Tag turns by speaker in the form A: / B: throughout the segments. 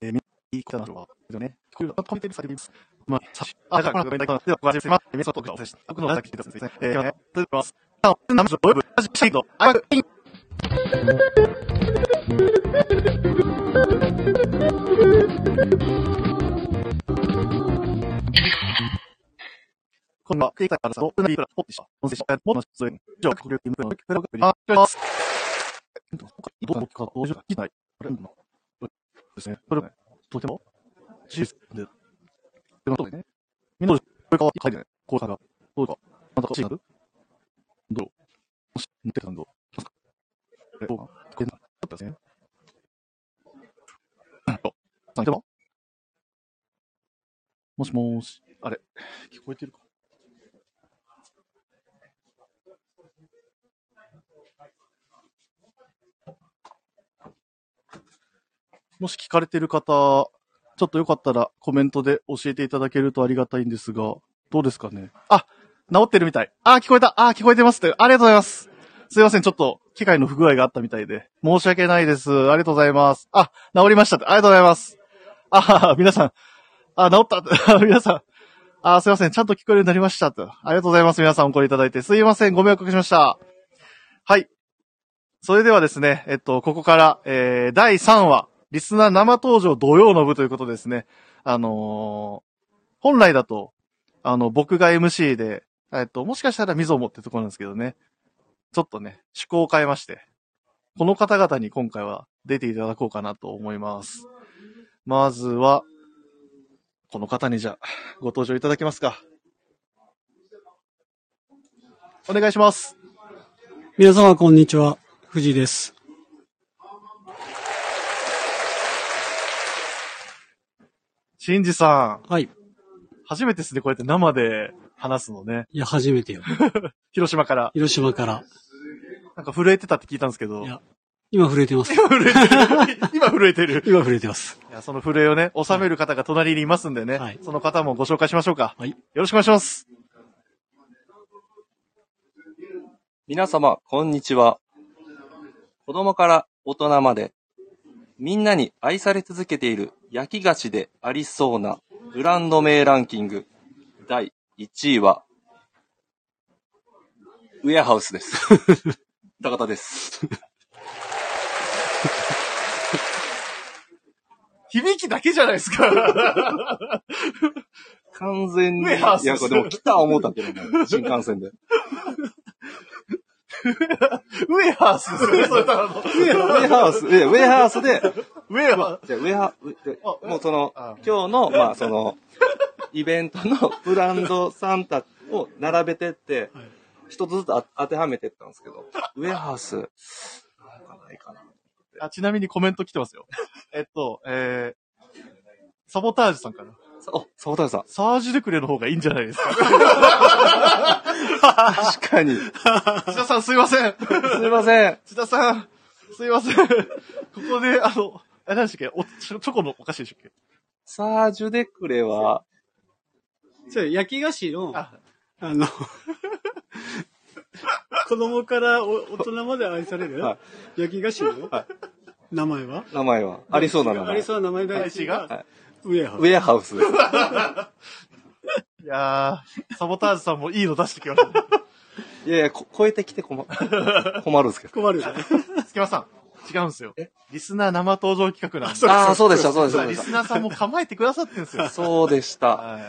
A: えー、みんないい子だなと思うね。こういうのコメンテールされています。まあ、さし、あ、じゃあ、ごめんなさい。では、ご安心します。皆さん、特に、僕の話聞いてですね。えー、ありがとうございます。なお、生および、ラジシード、あく、いん。こんばんは、クイックからさ、うなりいくら、ほっでした。音声した、もっと出演、以上、国立の、フェラグリ、あ、います。どうか、どうしようか、聞いない。あれ、ですね。これ、とても、シーズンで、でもそうね。みんな、これかわ書いてない。こうさが、どうか、なんだか、シーズンどうもし、似てたんどうか。え、どうか、これな、だったですね。うんと、さん、でももしもーし、あれ、聞こえてるかもし聞かれてる方、ちょっとよかったらコメントで教えていただけるとありがたいんですが、どうですかねあ、治ってるみたい。あー、聞こえた。あー、聞こえてますって。ありがとうございます。すいません。ちょっと、機械の不具合があったみたいで。申し訳ないです。ありがとうございます。あ、治りましたって。ありがとうございます。あはは、皆さん。あ、治った って。皆さん。あー、すいません。ちゃんと聞こえるようになりましたって。ありがとうございます。皆さんお声いただいて。すいません。ご迷惑おかけしました。はい。それではですね、えっと、ここから、えー、第3話、リスナー生登場土曜の部ということですね。あのー本来だと、あの、僕が MC で、えっと、もしかしたら溝もってところなんですけどね、ちょっとね、趣向を変えまして、この方々に今回は出ていただこうかなと思います。まずは、この方にじゃあ、ご登場いただけますか。お願いします。
B: 皆様、こんにちは。藤井です。
A: しんじさん。
B: はい。
A: 初めてですね、こうやって生で話すのね。
B: いや、初めてよ。
A: 広島から。
B: 広島から。
A: なんか震えてたって聞いたんですけど
B: い。や今震えて ます。
A: 今震えてる。 今震えてる。
B: 今震えてます。
A: いや、その震えをね、収める方が隣にいますんでね。
B: はい
A: その方もご紹介しましょうか。
B: はい
A: よろしくお願いします。
C: 皆様、こんにちは。子供から大人まで、みんなに愛され続けている焼き菓子でありそうなブランド名ランキング、第1位は、ウェアハウ スです。高田です。
A: 響きだけじゃないです か。
C: 完全に、
A: ウェアハウス
C: いや、これでも来た思うたけどね、新幹 線で。
A: ウェアハウスですね、それただの。ウ
C: ウェアハウス、いやウェアハウスで、
A: ェアハ
C: じゃあウェハ、ウで
A: あ
C: もうその
A: あ、
C: 今日の、まあその、イベントのブランドさんたちを並べてって
B: はい、
C: 一つずつあ当てはめてったんですけど、ウェハース、なんかないかな。
A: あ、ちなみにコメント来てますよ。えっと、えー、サボタージュさんから。
C: さお、サボタルさん。
A: サージュデクレの方がいいんじゃないです か。
C: 確かに。す
A: 千田さんすいません。
C: いません。
A: 津田さん、すいません。ここで、あの、あれなんでしたっけおチョチョコのお菓子でしたっけ
C: サージュデクレは、
B: そう、焼き菓子の、あ
A: あ、
B: の、 子供からお大人まで愛される、
C: は
B: 焼き菓子の、
C: は
B: 名前は
C: 名前は、ありそうな名
B: あ
C: 前。
B: り
C: ウ
B: そうな名前だ
A: 大使が
C: はい
B: ウェアハウス。
C: ェアハウスです。
A: いやー、サボタージュさんもいいの出してきましたね。
C: いやいや、こ超えてきて困、困るんです けど。
B: 困るよね。
A: 月間さん、違うんですよ。リスナー生登場企画なんで。
C: ああ、そうでした、そうでした、そう
A: リ
C: で
A: ス
C: し
A: ナーさんも構えてくださってるんですよ
C: た。。そうでした。
A: はい。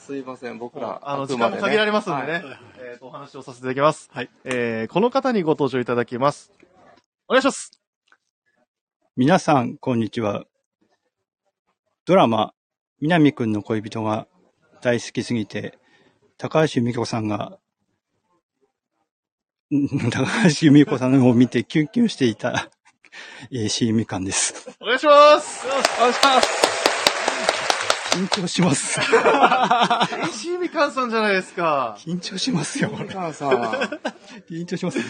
C: すいません、僕ら。
A: あの、
C: あく
A: 時
C: ま
A: 間も
C: でね
A: 限られますんで
C: は
A: ね。
C: い
A: えっと、お話をさせていただきます。
B: はい。
A: えー、この方にご登場いただきます。お願いします。
D: 皆さん、こんにちは。ドラマ、南くんの恋人が大好きすぎて、高橋由美子さんが、 ん高橋由美子さんの方を見てキュンキュンしていた、えー、シーミカンです。
A: お願いします。
C: お願いします。
D: 緊張 します。
A: 石井みかんさんじゃないですか。
D: 緊張しますよ、これ。
C: さんさん。
D: 緊張しますね。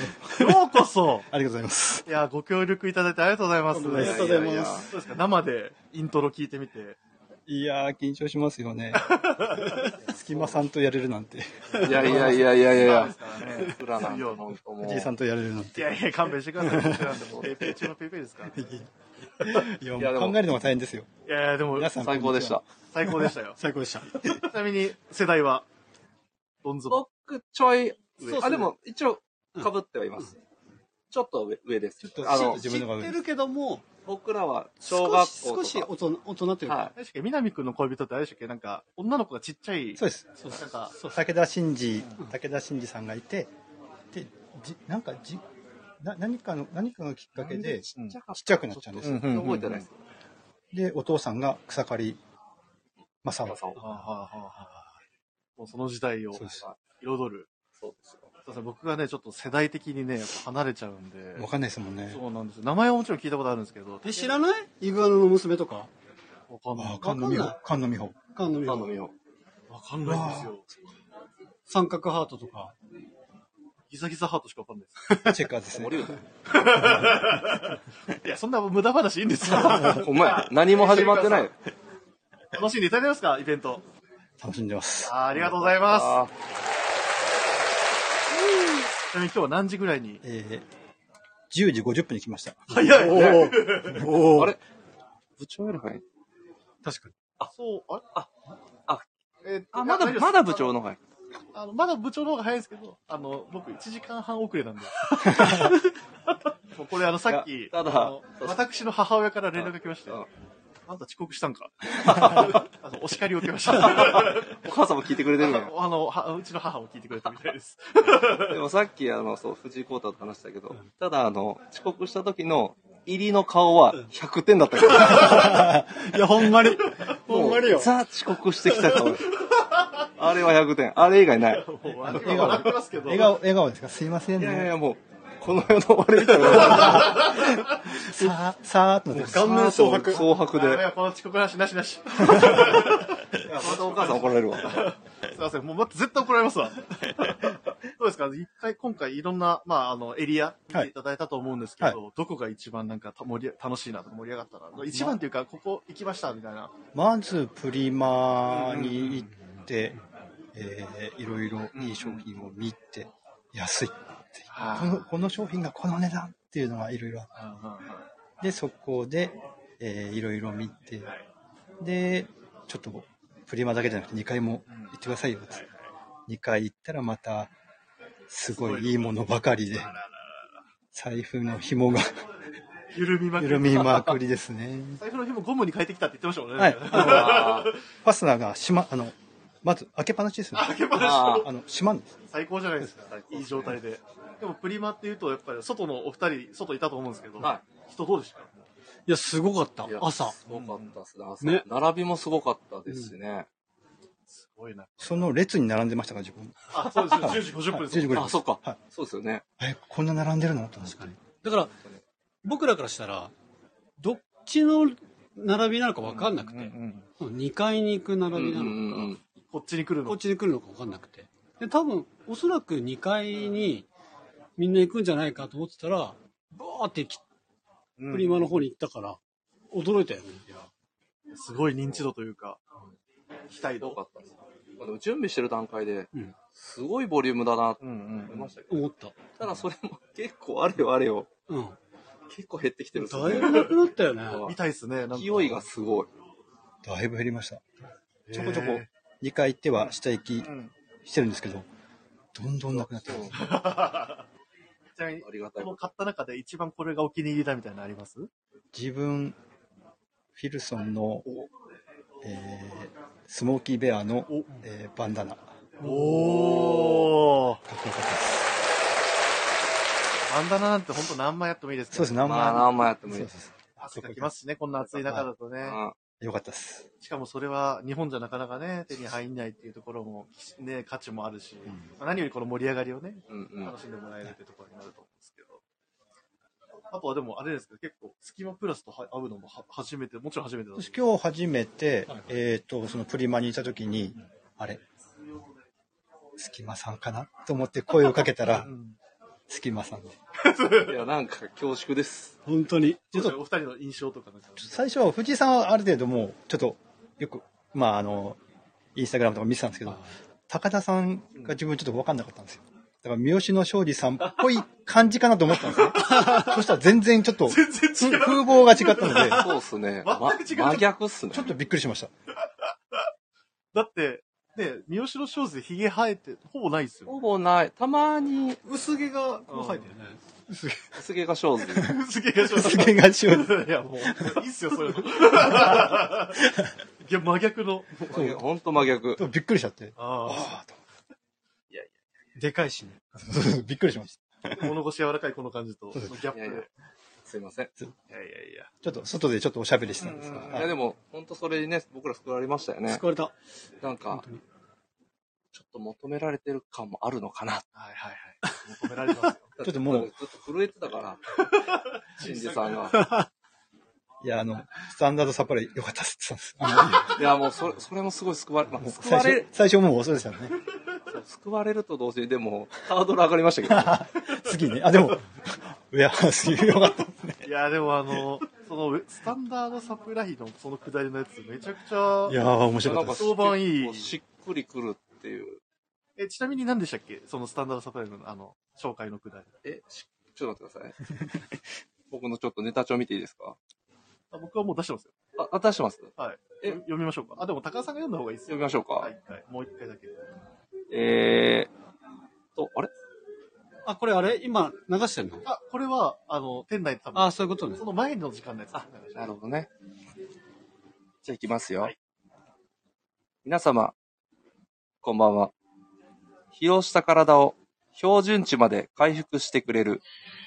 A: ようこそ。
D: ありがとうございます。
A: いやー、ご協力いただいてありがとうございます。
B: ありがとうございます。。
A: どうですか生でイントロ聞いてみて。
D: いやー、緊張しますよね。 隙間さんとやれるなんて、
C: いやいやいやいやいやい
A: で
C: や
A: す。からね
C: 僕らなん
A: い
C: て本当もう
D: 藤井さんとやれるなんて。
A: やいや、勘弁してください。ペイペイ中のペイペイですから。
D: いや、
C: いやでも
D: もう考えるのが大変ですよ。
A: いやいや、でも、
D: 皆さん、
C: 最高でした。
A: 最高でした よ
B: 最高でした。
A: ちなみに、世代は、どんぞ。
C: 僕、ちょい
A: そうです、ね
C: あ、でも、一応、被ってはいます。ちょっと上上です。
D: ちょっと
C: あ
D: し
C: の、
D: 自分の方が上
B: 知ってるけども、
C: 僕らは小
B: 小学
C: 学校と
B: 校
C: か。
B: 少し少し大人大人というか、
C: は
A: あれでしたっけ南くんの恋人ってあれでしたっけなんか、女の子がちっちゃい。
D: そうです。
B: そう
A: なんか、
D: そう武田真治、武田真治さんがいて、で、じなんかじな、何かの、何かのきっかけで、ち
C: い。ちっちゃかっ
D: っちゃくなっちゃうんですよ。
C: た覚えてないです。
D: で、お父さんが草刈り正雄。
C: 高さを
A: はあはあはあはあもうその時代を
D: そうです。
A: 彩る。
C: そうですよ。
A: そうですね僕がね、ちょっと世代的にね、やっぱ離れちゃうんで。
D: わかんないですもんね。
A: そうなんですよ。名前はもちろん聞いたことあるんですけど。
B: え、知らないイグアナの娘とか、
A: わかんない。
D: あ
A: わ
D: あ、菅野美
B: わ
D: 穂。菅野美穂。
B: 菅野美
C: 今の
B: 穂
C: 見よ
A: かんないんですよ。
B: 三角ハートとか、
A: ギザギザハートしかわかんない
D: チェッカーです
C: う。
D: ね。
C: 森内。
A: です。いや、そんな無駄話いいんですよ。 楽
C: お前、何も始まってない。
A: しんでいただけますかイベント。
D: 楽しんでます。
A: あーありがとうございます。
C: あ
A: ちなみに今日は何時ぐらいに
D: えー、10時50分に来ました。
A: 早いね
B: お
C: ーあ
B: ー
C: れ部長より早い。
B: 確かに。
A: そう、あれ
C: あ、あ、
A: えー
C: あ、まだ、
A: 大丈夫です
C: まだ部長の方が
A: あの、まだ部長の方が早いですけど、あの、僕1時間半遅れ なんで。もうこれあの、さっ
C: いや
A: き、
C: ただ
A: あの私の母親から連絡が来まして、
C: うん
A: あんた遅刻したん か。あのお叱りを受けました。
C: お母さんも聞いてくれてるのよ。
A: あのは、うちの母も聞いてくれたみたいです。
C: でもさっき、あの、そう、藤井光太と話したけど、ただ、あの、遅刻した時の入りの顔は100点だったから。
B: いや、ほん まに。ほ
C: も
B: んまに
C: う
B: よ。
C: ザ遅刻してきた顔。 あれは100点。あれ以外ない。
A: もう笑って笑ってますけど。
D: 笑顔、笑顔ですかすいません
C: いやいやい
D: ね。
C: や、もう、この世の終わりみたいな。
D: さあ、さあ、と思ってます。
B: 顔面蒼白。
C: 蒼白
A: あやば
C: で。
A: いこの遅刻なしなしなし。
C: またお母さん怒られるわ。
A: すいません、もう待って、絶対怒られますわ。そうですか、一回、今回いろんな、まあ、あの、エリア見ていただいたと思うんですけど、どこが一番なんかた盛り楽しいなとか盛り上がったな。一番っていうか、ここ行きましたみたいな。
D: まず、プリマに行って、えー、いろいろいい商品を見て、安いって
A: あー
D: この。この商品がこの値段っていうのがいろいろあっで、そこで、えーいろいろ見て、で、ちょっと、プリマだけじゃなくて2回も行ってくださいよ、つって。2回行ったらまた、すごいいいものばかりで、財布の紐が
A: 緩みまく
D: 緩
A: る。
D: みまくりですね。
A: 財布の紐ゴムに変えてきたって言ってましたもんね。
D: はい。
A: あ
D: あのファスナーが閉ま、あの、まず開けっぱなしですね。
A: 開けっぱなし
C: あ
D: あの、閉まんです。
A: 最高じゃないですか。いい状態で。でも、プリマっていうと、やっぱり外のお二人、外いたと思うんですけど、
C: は
A: 人どうでした
B: いや、すごかった
C: いや。
B: 朝。
C: すごかったですね、朝
B: ね
C: 並びもすごかったですしね。
A: すごいな。
D: その列に並んでましたから、自分。
A: あ、そうです。10時50分です。
D: 10時50分
C: あ、そっか、
D: はい
C: そうですよね。
D: え、こんな並んでるのと思って。
B: だから、僕らからしたら、どっちの並びなのかわかんなくて、2階に行く
C: う
B: 並
C: ん
B: び
C: う
B: なんのか、
C: うん。
A: こっちに来る
B: こっ
A: の。
B: ちに来るのかわかんなくて。で、多分、おそらく2階にみんな行くんじゃないかと思ってたら、バーってき
A: うん
B: プリマの方に行ったから、驚いたよね。
A: すごい認知度というか、期待
C: すご
A: 度。
C: かったです。まあでも準備してる段階で
B: うん、
C: すごいボリュームだなと
A: うんうん
C: 思いましたけど、
B: 思った。
C: ただそれも結構あれよあれよ、
B: うん。
C: 結構減ってきてるんですよ
B: だい
C: ね
B: ぶなくなったよね。
A: みたいですね。なんか
C: 勢いがすごい。
D: だいぶ減りました。ちょこちょこ
A: へ、
D: 2回行っては下行き
A: ーうん
D: してるんですけど、どんどんなくなってます。
A: ちなみに、
C: ありがた
A: こ
C: い
A: の。買った中で一番これがお気に入りだみたいなのあります
D: 自分、フィルソンの、えースモーキーベアの
A: お、
D: えーバンダナ。かっ
A: おー。
D: こよかったです。
A: バンダナなんて本当何枚やってもいいです
D: そうです
A: ね。
D: ね、何
C: まあ何枚やってもいい
D: そう
C: で。
D: ですす。
A: 汗かきますしね、こんな暑い中だとね。
C: あ
D: よかったです。
A: しかもそれは日本じゃなかなかね、手に入んないっていうところも、ね、価値もあるし、まあ何よりこの盛り上がりをね、
C: うんうん。
A: 楽しんでもらえるってところになると思うんですけど。あとはでもあれですけど、結構、スキマプラスとは会うのもは初めて、もちろん初めてだと思うんです
D: 私
A: けど
D: 今日初めて、えっ、と、そのプリマにいた時に、あれ、スキマさんかなと思って声をかけたら、スキマさんで。
C: いや、なんか恐縮です。
B: 本当に。
A: ちょっとお二人の印象とかなんか。
D: ちょっと最初は藤井さんはある程度もう、ちょっと、よく、まああの、インスタグラムとか見てたんですけど、高田さんが自分ちょっと分かんなかったんですよ。だから、三好の勝利さんっぽい感じかなと思ったんですよ。そしたら全然ちょっと、
A: 全然
D: ふ
A: 違う。
D: 風貌が違ったので、
C: そうっすね。
A: 全く違う
C: ま真逆っすね
D: ち。ょっとびっくりしました。
A: だって、ね、三好の正治で髭生えて、ほぼないですよ。
C: ほぼない。たまに、
A: 薄毛が、
C: う
A: 生えてる。
B: ね
C: 薄毛が生ず。
A: 薄毛が正
D: すげえがしよう。
A: いや、もう、いいっすよ、そ れも。いや、真逆の。
D: そう
C: ほんと真逆。
D: びっくりしちゃって。
A: あ
D: ああと
B: でかいしね。
D: そうそう びっくりしました。
A: あ、物腰柔らかいこの感じと、そ
D: そう
A: の
D: で
A: ギ
D: す
A: ャップ
C: い
A: で。い
C: やいやすいません。
A: やいやいや。
D: ちょっと外でちょっとおしゃべりしてたんですが。
C: い
D: はい
C: やでも、ほんとそれにね、僕ら救われましたよね
B: 救。われた。
C: なん
B: 本
C: か
B: 当、に。
C: ちょっと求められてる感もあるのかな。
A: はいはいはい。求められてますよ。
D: ちょっともう
C: ずっと震えてた から、シンジさんが。
D: いや、あの、スタンダードサプライ良かったっすって言ってたんです。
C: いやもうそれ、それもすごい救われ、ま
D: あ
C: あ、
D: の
C: 救
D: 最
C: われ
D: 初、、最初もうそうでしたよね。
C: そう救われると同時に、でも、ハードル上がりました けど、
D: 次ね。あ、でも、ウェアハウス良かった。
A: いや、でもあの、その、スタンダードサプライのその下りのやつ、めちゃくちゃ
D: い、やー、面白かったです。
A: 評判いい
C: もう。しっくりくるっていう。
A: え、ちなみに何でしたっけそのスタンダードサプライの、あの、紹介の下り。
C: え、しちょっと待ってください。 僕のちょっとネタ帳見ていいですか
A: あ僕はもう出してますよ。
C: あ、あ出してますえ
A: よ読みましょうか。あ、でも高田さんが読んだ方がいいです
C: 読
A: よ。
C: みましょうか。
A: はい、一回。もう一回だけ。
C: えーと、あれ
B: あ、これあれ今流してんの
A: あ、これは、あの、店内で多分、
B: あ、そういうことね
A: そ。の前の時間のやつ。あ、
C: なるほどね。じゃあ行きますよ。
A: はい
C: 皆様、こんばんは。疲労した体を標準値まで回復してくれる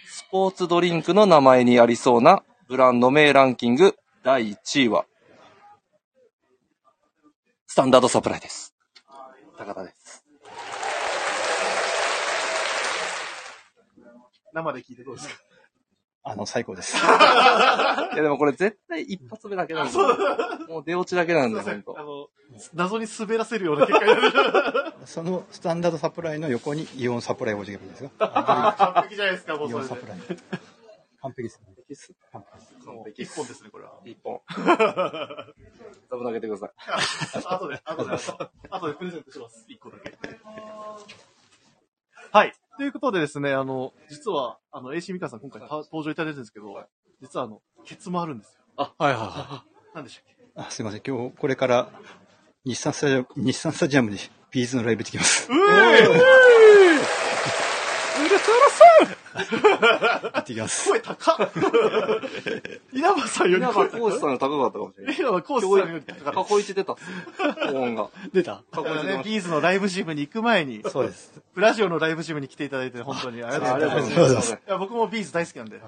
C: スポーツドリンクの名前にありそうなブランド名ランキング第1位は、スタンダードサプライです。高田です。
A: 生で聞いてどうですか
D: あの、最高です。
C: いやでもこれ絶対一発目だけなんで、もう出落ちだけなんで、ほんと
A: あ。の、謎に滑らせるような結果になる。
D: そのスタンダードサプライの横にイオンサプライを置いてけばいいですよ。
A: 完璧じゃないですか、もう
D: イ
A: そ
D: オン
A: れ
D: サ
A: で
D: プ。ライ。完璧ですね。完璧です
A: もう一本ですね、これは。
C: 一 本。多分投げてください。
A: 後で、後で、後でプレゼントします。一個だけ。はい。ということでですね、あの、実は、あの、AC ミカさん今回た登場いただいてるんですけど、実はあの、ケツもあるんですよ。
B: はいはいは
A: なんでしたっけ
D: あ、すいません。今日、これから、日産スタジアム、日産スタジアムに、ビーズのライブ行ってきます。
A: うえ
D: 行ってきます。
A: 声高 っ稲葉さんより
C: 稲葉
A: 声高
C: 浩志さんが高かったかもしれない。
A: 稲葉浩志さんより高かっ
C: 過去一出たっすよ。高音が。
B: い。出た
C: 過
A: た。だから
C: 去一出ま
A: ね、
C: し
A: ビーズのライブジムに行く前に、
D: そうです。
A: プラジオのライブジムに来ていただいて、本当にあり
C: た。ああり
A: が
C: が
A: とう
C: とう
A: ござ
C: ござ
A: い
C: い
A: ます。
C: ます。すいま
A: いや、僕もビーズ大好きなんで。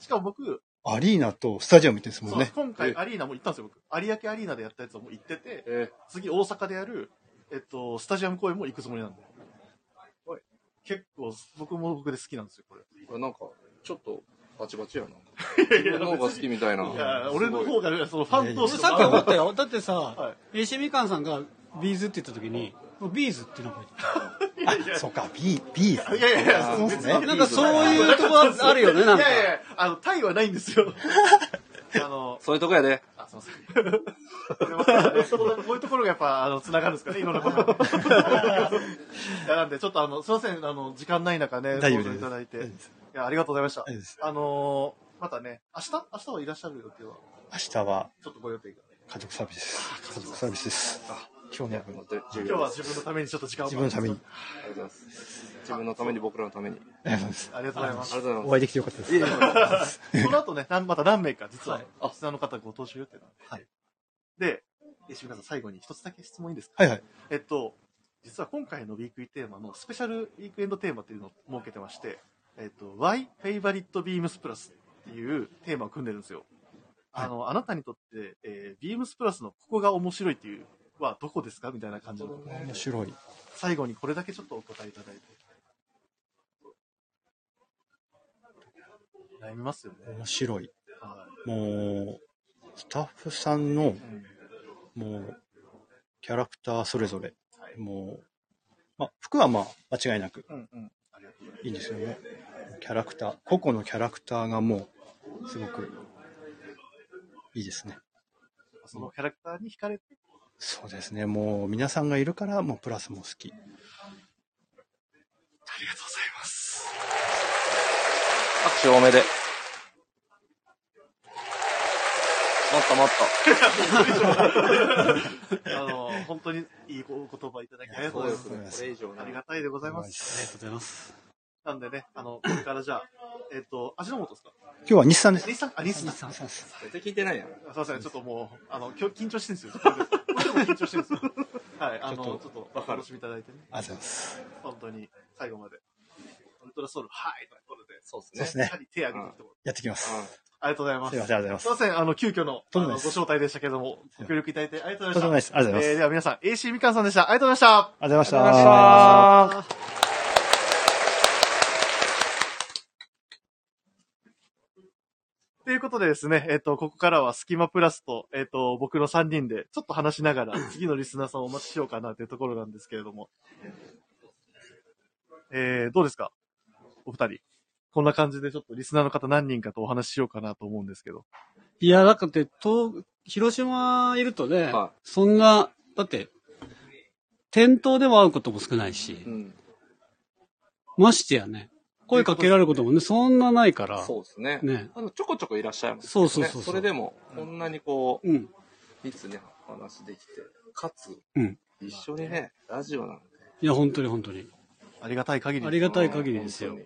A: しかも僕、
D: アリーナとスタジアム行ってるんですも
A: そ
D: ん
A: う
D: ね。
A: 今回アリーナも行ったんですよ、僕。有明アリーナでやったやつをもう行ってて、
C: せんえ
A: 次大阪でやる、えっと、スタジアム公演も行くつもりなんで。結構、僕も僕で好きなんですよ、これ。
C: ーこれなんか、ちょっと、バチバチやな。
A: い
C: 自分の方が好きみたいな。
A: いや、俺の方が、そのファンと
B: 俺
A: して
B: さっき思
A: は
B: ったよ。だってさ、
A: は
B: AC みかんさんがビーズって言った時に、ビーズってなんか言って
D: そうか、ビー、ビー
A: いやいやいや、
D: そうですね
B: た。。なんかそういうと こあるよね、なん
A: い
B: か。
A: やいや、あの、タイはないんですよ。あの、
C: そういうとこやで。
A: あ、すいません。これはこういうところがやっぱ、あの、繋がるんですかね、いろんな ことが。いや、なんで、ちょっとあの、すいません、あの、時間ない中ね、
D: 大丈夫
A: 登場い
D: です。
A: ただいて。
D: 大丈
A: い
D: 夫です
A: や、ありがとうございました
D: 大。丈夫です
A: あのー、またね、明日明日はいらっしゃる予定は、
D: 明日は
A: ちょっとご予定が。
D: 家族サービスです。家族サービスです。今日の役に
C: 自
A: 今日は自分のためにちょっと時間を。
D: 自分のために。
C: 自分のために、僕らのために。あり
D: ありがとうございます
A: ありがとうございます。
C: がとうござい
D: お会いできてよかったです。
A: その後ね、なんまた何名か、実は
B: はい、
A: リスナーの方ご登場予定なんで。
D: はい
A: で、石村さん、最後に一つだけ質問いいですか
D: はいはい。
A: えっと、実は今回のウィークリーテーマのスペシャルウィークエンドテーマというのを設けてまして、えっと、Why Favorite Beams Plus っていうテーマを組んでるんですよ。
D: はい
A: あの、あなたにとって、えー、Beams Plus のここが面白いっていうはどこですかみたいな感じの。
D: 面白い。
A: 最後にこれだけちょっとお答えいただいて。悩みますよね。
D: 面白い。
A: は
D: もう、スタッフさんの
A: い。、
D: もう、キャラクターそれぞれ、もう、まあ、服はまあ、間違いなく
A: うんうん。ありがとうござい
D: いいんですよね。キャラクター、個々のキャラクターがもう、すごく、いいですね。
A: ます。そのキャラクターに惹かれて、
D: そうですね。もう皆さんがいるから、もうプラスも好き。
A: ありがとうござい
C: 拍手多めで。もっともっと。
A: あの、本当にいいお言葉いただきありがとうございます。
D: そうです
C: れ以上な
A: あ
C: い
A: りがたいでございます。
B: ありがとうございます。
A: なんでね、あの、これからじゃあ、えっと、味の素ですか
D: 今日は日産です。
A: 西さん、あ、西さん。す
D: 日産です。
C: 絶対聞いてないやん。
A: いません、ちょっともう、あの、今日緊張してるんですよ。これでこれでも緊張してるんですよ。はい、あの、ち
D: ち
A: ょ
D: ょ
A: っ
D: っ
A: と、お楽しみいただいてね。
D: ありがとうございます。
A: 本当に、最後まで。ウルトラソウル、はいということで、
C: そう
D: そう
C: で
D: ですす
C: ね。
A: や
D: ね
A: は。り手を挙げてきてもらって
D: やってきます。
A: ありがとうございます
D: すいません、ありがとうございます
A: すい。ません、あの、急遽の
D: とん
A: あ
D: で
A: の
D: もないです
A: ご招待でしたけども、ご協力いただいてありがとうご
D: とん
A: ざいま
D: でもない
A: し
D: です。ありが
A: た。
D: とうござ
A: えー
D: い
A: で
D: ます。
A: は皆さん、AC みかんさんでした。ありがとうございました。
D: ありがとうございま
C: ありがとうございまし
D: し
C: た
D: た。
A: ということでですね、えっ、と、ここからはスキマプラスと、えっ、と、僕の3人で、ちょっと話しながら、次のリスナーさんをお待ちしようかなというところなんですけれども。えー、どうですかお二人。こんな感じで、ちょっとリスナーの方何人かとお話ししようかなと思うんですけど。
B: いや、だって、東、広島いるとね、
C: は
B: そんな、だって、店頭でも会うことも少ないし、
C: うん。
B: ましてやね、声かけられることもね、そんなないから、
C: そうですね。
B: ね。
C: あの、ちょこちょこいらっしゃいますけど
B: そ
C: ね。
B: うそうそうそう
C: それでも、こんなにこ
B: うん。
C: う、いつね、話できて、かつ、
B: うん
C: 一緒にね、ラジオなんで。
B: いや、本当に本当に。
A: ありがたい限り
B: あ
A: です
B: りがたい限りですよ。
C: 本
A: っ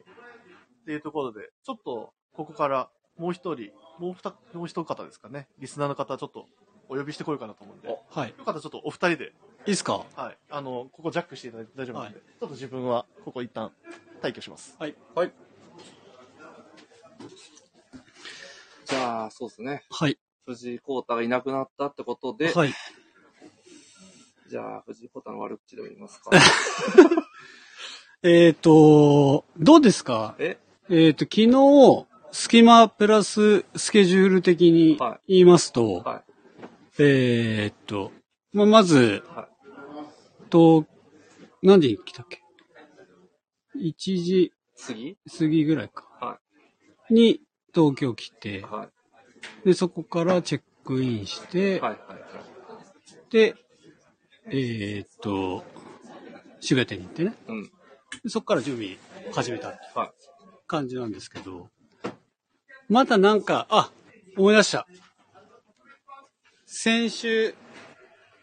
A: ていうところで、ちょっと、ここから、もう一人、もう二、もう一方ですかね。リスナーの方、ちょっと、お呼びしてこようかなと思うんで。
C: お
A: よ
B: はい。
A: かったらちょっとお二人で、
B: いいっすか
A: はい。あの、ここジャックしていただいて大丈夫なんで、
B: は
A: ちょっと自分は、ここ一旦、退去します。
B: はい。
C: 当にじゃあ、そうですね。
B: はい。
C: 藤井耕太がいなくなったってことで、
B: はい。
C: じゃあ、藤井耕太の悪口でも言いま すか。
B: えっ、と、どうですか
C: え
B: えっ、と、昨日、スキマプラススケジュール的に
C: は
B: 言いますと、
C: は
B: えっ、と、まあ、まず
C: い。、は
B: と、何時に来たっけ ?1 時
C: い。次
B: 過ぎぐらいか。
C: は
B: に、東京来て
C: い。、は
B: で、そこからチェックインし
C: い。
B: て、
C: はい。はい。
B: で、えーっと、渋谷店に行ってね。
C: うん。
B: でそこから準備始めた
C: はい。
B: 感じなんですけど、またなんか、あ、思い出した。先週、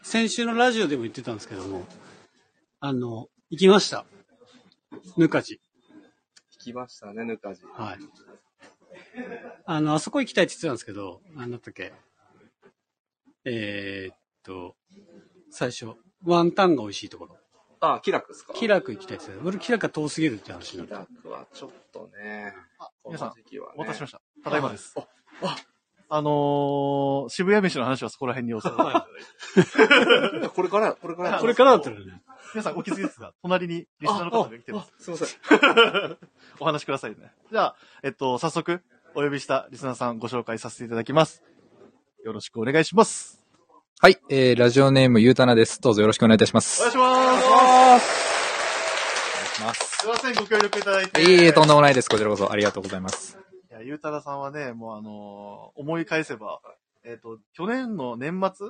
B: 先週のラジオでも言ってたんですけども、あの、行きました。ぬかじ。
C: 聞きましたね、ぬかじ。
B: はい。あの、あそこ行きたいって言ってたんですけど、あんだったっけ。えーっと、最初、ワンタンが美味しいところ。
C: あ、気楽ですか
B: 気楽行きたいって言ってた。俺気楽が遠すぎるって話になっ
C: 気
B: た。
C: 楽はちょっとね、
A: あ、
C: この
A: 皆さん、
C: 時期はね。
A: お待たせしま
C: し
A: した。ただいまです。あ、あのー、渋谷飯の話はそこら辺におさ
B: はい
C: た。これから、これから。
B: これからだったらね。
A: 皆さんお気づきですが、隣にリスナーの方が来てます。
C: すいません。
A: お話しくださいね。じゃあ、えっと、早速、お呼びしたリスナーさんご紹介させていただきます。よろしくお願いします。
E: はい、えー、ラジオネームゆうたなです。どうぞよろしくお願いいたします。
A: お願いし
E: ま
A: ます。
E: す。
A: すいません、ご協力いただいて。
E: いえいえ、とんでもないです。こちらこそありがとうございます。
A: いや、ゆうたらさんはね、もうあのー思い返せば、えっ、と、去年の年末、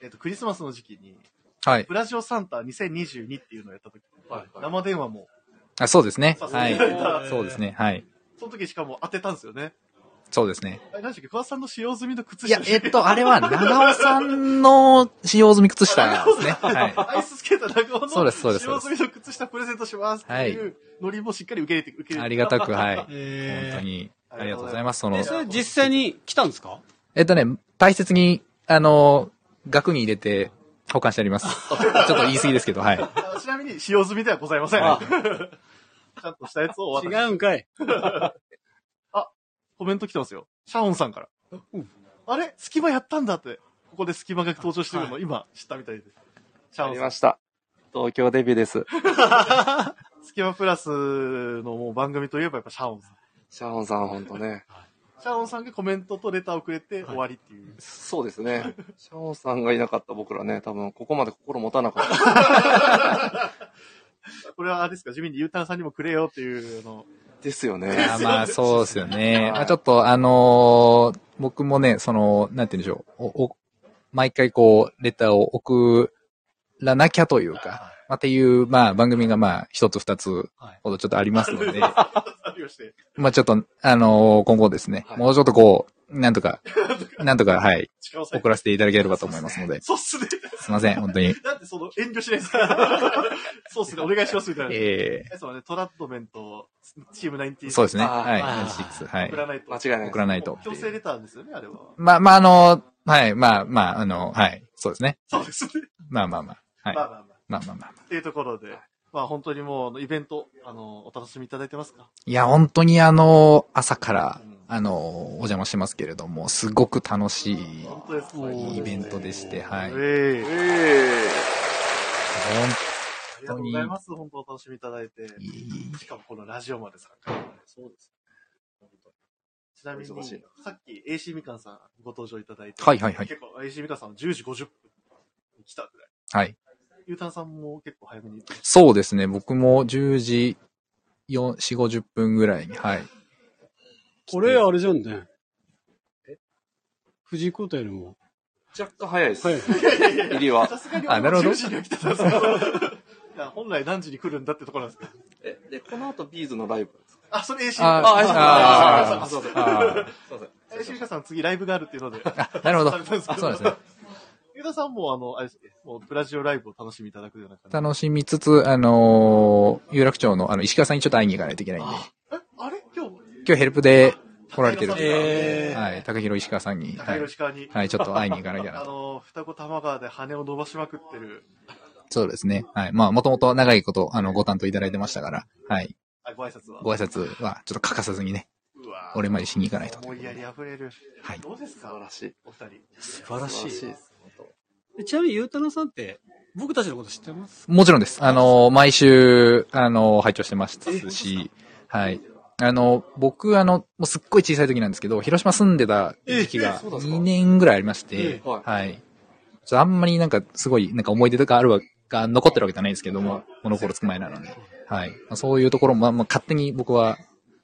A: えっ、と、クリスマスの時期に、
E: はい。
A: ブラジオサンタ2022っていうのをやった時、
C: はいはい
A: 生電話も、
E: あ、そうですね。
A: させ
E: は
A: てい
E: い
A: た。だいた
E: そうですね。はい。
A: その時しかも当てたんですよね。
E: そうですね。
A: あれ、何でしたっけ桑田さんの使用済みの靴
E: い
A: 下
E: や、えっと、あれは長尾さんの使用済み靴下ですね。はい。
A: アイススケート中尾の
E: そうですそうです
A: 使用済みの靴下プレゼントしますっていうノリもしっかり受け入れて、受け入
E: あ
A: れて。
E: りがたく、はい。本
B: え
E: 当に、ありがとうございます。その
B: え、、それ実際に来たんですか
E: えっとね、大切に、あの、額に入れて保管してあります。ちょっと言い過ぎですけど、はい。
A: あちなみに使用済みではございません。
E: あ
A: ちゃんとしたやつをお
B: 違
A: 渡し。
B: うんかい。
A: コメント来てますよ。シャオンさんから。
B: うん
A: あれ隙間やったんだって。ここで隙間が登場してくるの、今知ったみたいです。シャ
C: あ
A: オン
C: り
A: さん
C: ま。した。東京デビューです。
A: 隙間プラスのもう番組といえばやっぱシャオンさん。
C: シャオンさん、ほんとね。
A: シャオンさんがコメントとレターをくれて終わりっていう。
C: そうですね。シャオンさんがいなかった僕らね、多分ここまで心持たなかった。
A: これはあれですか地味にゆうたんさんにもくれよっていうの。
C: ですよ
E: い
C: ね。
E: やまあ、そうですよね。
C: はい
E: まあ、ちょっと、あのー僕もね、その、なんて言うんでしょう。お、お、毎回こう、レターを送らなきゃ というか、まあ、っていう、まあ、番組がまあ、一つ二つほどちょっとありますので、
A: りをして。
E: まあちょっと、あのー今後ですね、
C: はい
E: もうちょっとこう、なんと か、なんとか、はい、
A: 力を割いて
E: 送らせていただければと思いますので、
A: そうっすね。
E: すいません、本当に。
A: なんでその遠慮しないんですかそうっすね、お願いしますみたいな。
E: え
A: えそうだね、トラットメント、チーム
E: ー
A: 19。
E: そうですね。
C: あー
E: はい、
B: あー
E: 96、はい
A: 送。らないと。
C: 間違いないです
E: 送らないと。
A: 強制レターですよね、あれは。
E: まあ、まあ、あのーはい、まあ、まあ、あのーはい、そうですね。
A: そうですね。
E: まあまあまあ、はい。
A: まあ
E: ま
A: まあまあ。
E: あまあまあ。
A: っていうところで、まあ本当にもうあの、イベント、あの、お楽しみいただいてますか
E: いや、本当にあのー朝から
A: うん、
E: あのーお邪魔してますけれども、すごく楽しい
A: 本当ですね。
E: いいイベントでして、はい。本
A: ええありがとう
E: 当
A: ご
E: に
A: ざいます。本当お楽しみいただいて。
E: いい
A: しかもこのラジオまで参加。そうです。本当にちなみ
C: お忙
A: に、
C: しい
A: さっき AC みかんさんご登場いただいて。
E: はいはいはい
A: 結構 AC みかんさんは10時50分に来たぐらい。
E: はい。
A: ゆうたんさんも結構早めに。
E: そうですね、僕も10時4、4、50分ぐらいに、はい。
B: これ、あれじゃんね。藤井太よりも。
C: 若干早いです。
B: はい。
C: 入りは。
A: さすがに
E: あなるほど
A: 10時には来てたんですけどいや本来何時に来るんだってところなんですけど。
C: え、で、この後ビーズのライブなんですか
A: あ、それ AC み
E: あ
A: かんさん。
E: あ
A: あ
C: すいません。
E: あ
C: すいません。
A: AC みかんさん次ライブがあるっていうので。
E: あなるほど。
A: そうです
E: あそうですね。
A: ゆうたさんもあの、あれですねもうブラジオライブを楽しみいただくような感じ。
E: 楽しみつつ、あのー有楽町の、あの、石川さんにちょっと会いに行かないといけないんで、
A: え、あれ今日
E: 今日ヘルプで来られてるんで、
A: え
B: えー
E: はい、高広石川さんに、は
A: 高
E: い
A: 広、川に、
E: はい、ちょっと会いに行かなきゃ
A: あ
E: なと。
A: の、双子玉川で羽を伸ばしまくってる、
E: そうですね。はい。まあ、もともと長いこと、あの、ご担当いただいてましたから、はい。
A: あ、ご挨拶は。
E: ご挨拶は、ちょっと欠かさずにね、
A: うわ
E: 俺までしに行かないと。
A: 思いやり溢れる。
E: はい
A: どうですか
C: 素晴らしい。
A: お二人。
B: 素晴らし
C: 素晴らしい
B: い
C: で。す。本
B: でちなみに、ゆうたなさんって、僕たちのこと知ってます
E: もちろんです。あの、毎週、あの、拝聴してますし、はい。あの、僕、あの、もうすっごい小さい時なんですけど、広島住んでた時期
C: ええ
E: が
C: そうなんですか
E: 2年ぐらいありまし
B: え
E: て、
C: えはい
E: はい。ちょっとあんまりなんか、すごい、なんか思い出とかあるわ、が残ってるわけじゃないんですけども、この頃つく前なので、はい。まあそういうところも、まあまあ、勝手に僕は、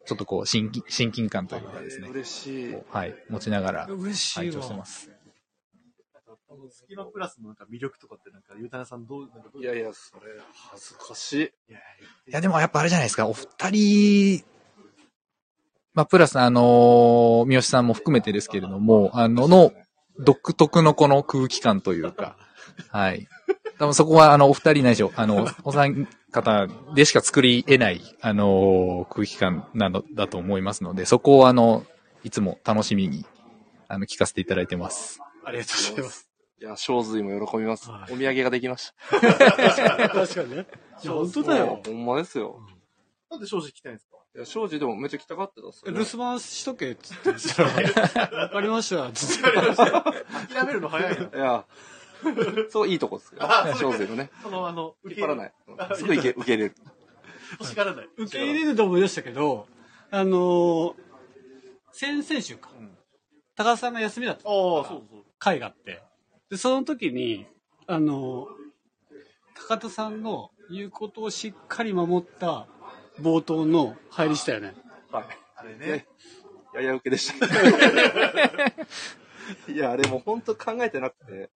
E: ちょっとこう、親近親近感というかです
C: 当
E: ね、
C: 嬉しい。
E: はい、持ちながら、
B: 嬉し
E: 拝
B: い
E: 聴して
B: わ
E: ま。す。
A: このスキマプラスのなんか魅力とかってなんか、ゆうたなさんどう、なんかどう
C: い
A: いや
C: やいや、それ、恥ずかしい。
A: いや
E: いや、でもやっぱあれじゃないですか、お二人、まあ、プラス、あのー三好さんも含めてですけれども、あの、の、独特のこの空気感という か、はい。多分そこは、あの、お二人ないしょ、あの、お三方でしか作り得ない、あのー空気感なの、だと思いますので、そこを、あの、いつも楽しみに、あの、聞かせていただいてます。
B: ありがとうございます。
C: いや、小髄も喜びます。
B: はい
C: お土産ができまし
B: 確かにね。いや、本当
C: た。
B: だよ
C: ほ。んまですよ。
A: なんで正直来たいんですか
C: いや、庄司でもめっちゃ来たがってたっす
B: え
C: よ
B: 留
C: ね。
B: 守番しとけ、つって。 わかりました、つって。
A: 諦めるの早いな。
C: いや、そう、いいとこっすよ
A: あ。そう
C: 庄司のね。
A: その、あの、受
C: 引っ
A: け
C: 張らない。うんすぐ受け、受け入れる。
A: 欲しがらない。
B: 受け入れると思いましたけど、あのー先々週か。高田さんが休みだった
A: ああ、そうそう。
B: 会があって。で、その時に、あのー高田さんの言うことをしっかり守った冒頭の入りしたよね。
A: あれね
C: ね。やや受け でした。いや、あれもう本当考えてなくて、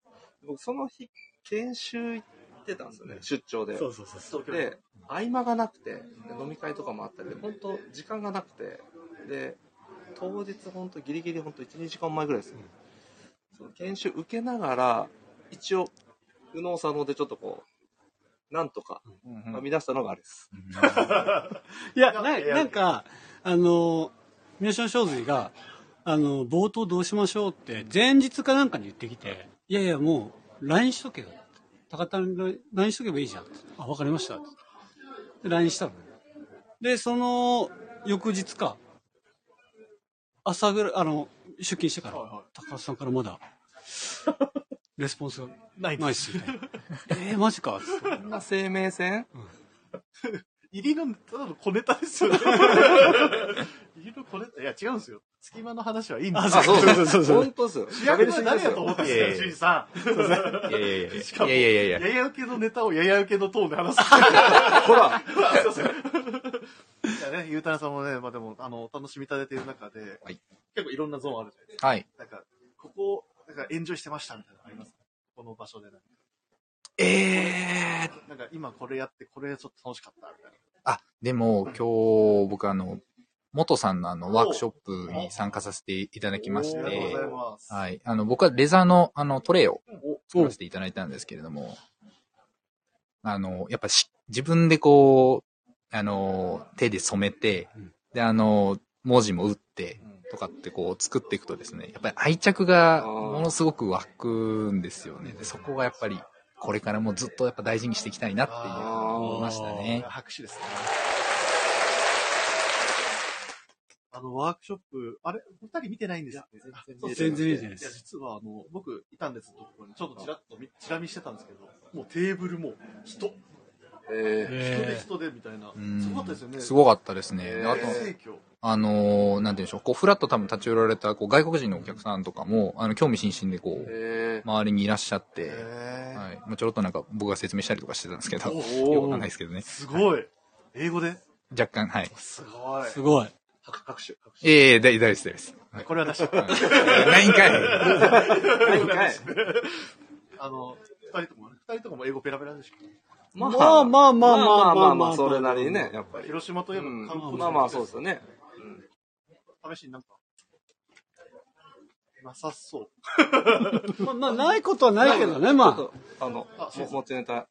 C: 僕その日、研修行ってたんですよね、出張で。
B: そうそうそうそう。
C: で、合間がなくて、で飲み会とかもあったりで、本当時間がなくて、で、当日本当ギリギリ本当1、2時間前ぐらいですね。その研修受けながら、一応、右脳左脳でちょっとこう、なんとか編み出したのがあれです。
B: いや、ななんか、あの、ミュージション小髄が、あの、冒頭どうしましょうって、前日かなんかに言ってきて、いやいや、もう、LINE しとけよ。高田に LINE しとけばいいじゃん。あ、わかりました。で、LINE したの。で、その、翌日か、朝ぐらい、あの、出勤してから、高田さんか らまだ、レスポンスが
A: ない
B: ないっすよね。えー、マジかつって
C: こんな生命線
A: 入りの、ただの小ネタですよね。入りの小ネタ、いや違うんですよ。隙間の話はいいんですよ。
C: そうそう
B: そうそう
C: 本当ですよ。
A: 主役は誰
C: です
A: やと思ったんですか、
E: いやいや
A: ジュンさん。
E: いやいやい
A: しかも
E: やいやいや
A: や
E: いや。
A: や受けのネタをやや受けのトーンで話す。ほ
C: ほら、
A: ら、そうそう。いやね、ゆうたなさんもね、まあでも、あの、お楽しみいただいている中で、
E: はい
A: 結構いろんなゾーンあるじゃないです
E: はい。
A: か。なんか、ここ、なんかエンジョイしてましたみたいなのありますこの場所でなんか。
E: えー、
A: なんか今これやって、これちょっと楽しかったみたいな。
E: あ、でも今日僕あの、元さんのあの、ワークショップに参加させていただきまし
A: ありがとう
E: て
A: ご、ざいます。
E: はい。あの、僕はレザーの、あの、トレイを作らせていただいたんですけれども、あの、やっぱし、自分でこう、あの、手で染めて
B: うん、
E: で、あの、文字も打って、とかってこう作っていくとですね、やっぱり愛着がものすごく湧くんですよね。で、そこはやっぱり、これからもずっとやっぱ大事にしていきたいなっていう思いましたね。
A: 拍手ですね。あの、ワークショップ、あれお二人見てないんですね。
B: 然全然見てないです
A: や、実はあの、僕、いたんですところに、ちょっとちらっと見、チラ見してたんですけど、もうテーブルも人、
C: え
A: 人で
B: え
A: 人でみたいな
E: う。ん
A: すごかったですよね。
E: すごかったですね。
C: え
E: で
C: ー
E: あ
A: 大
E: と、
A: 盛況。
E: あのーなんて言うんでしょう、こう、ふらっと多分立ち寄られた、こう、外国人のお客さんとかも、あの、興味津々で、こ
C: ー、
E: う、
C: え
E: 周りにいらっしゃって、
A: へー
E: はい。まあ、ちょろっとなんか、僕が説明したりとかしてたんですけど、よ
A: おー
E: くわかんないですけどね。
A: すごい。英語で
E: 若干、はい。
A: すごい
B: ー、。すごい。
A: 拍拍手。拍手
E: ええ大大丈夫です、大丈夫です。はい
A: これは出した。
E: ないんかい。
C: ー、かい。
A: あの、二人とも、二人とも英語ペラペラでしょ。
C: ま
B: まあまあまあまあ
C: まあまあ
B: まあまあ
C: それなりにね、やっぱり。
A: 広島といえば
C: うん
A: 観光地
C: まあまあ、そうですよね。
A: 試しになんか。なさそう。
B: まあまあ、ないことはないけどね、ま
C: ちょ
B: あ。
C: っとあの、
A: あそう
C: も持ちネタ、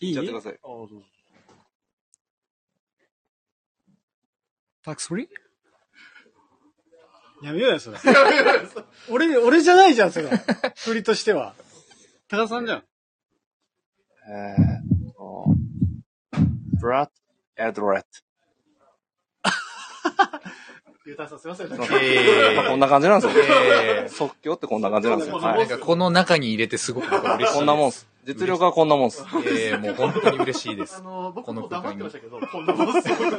B: い
C: い
B: い
C: っちゃってください。
A: ああ、どうぞ。
B: タックスフリーやめようよ、それ。俺、俺じゃないじゃん、それ。振りとしては。高田さんじゃん。
C: えーっと、ブラッド・エドレッ
A: ゆうたさんすいません。
C: ト。
E: えー
C: まあこんな感じなんですよ。
E: えー
C: 即興ってこんな感じなんですよ。
A: そうね
C: は
E: ないん。か、この中に入れてすごく僕は嬉しいです。
C: こんなもんっす。実力はこんなもんっす。
E: ええもう本当に嬉しいで
A: あ
E: す。
A: の、僕
E: この
A: も
E: 空
A: 黙
E: 間
A: ってま
E: に
A: したけど、こんなもんっすよ。 多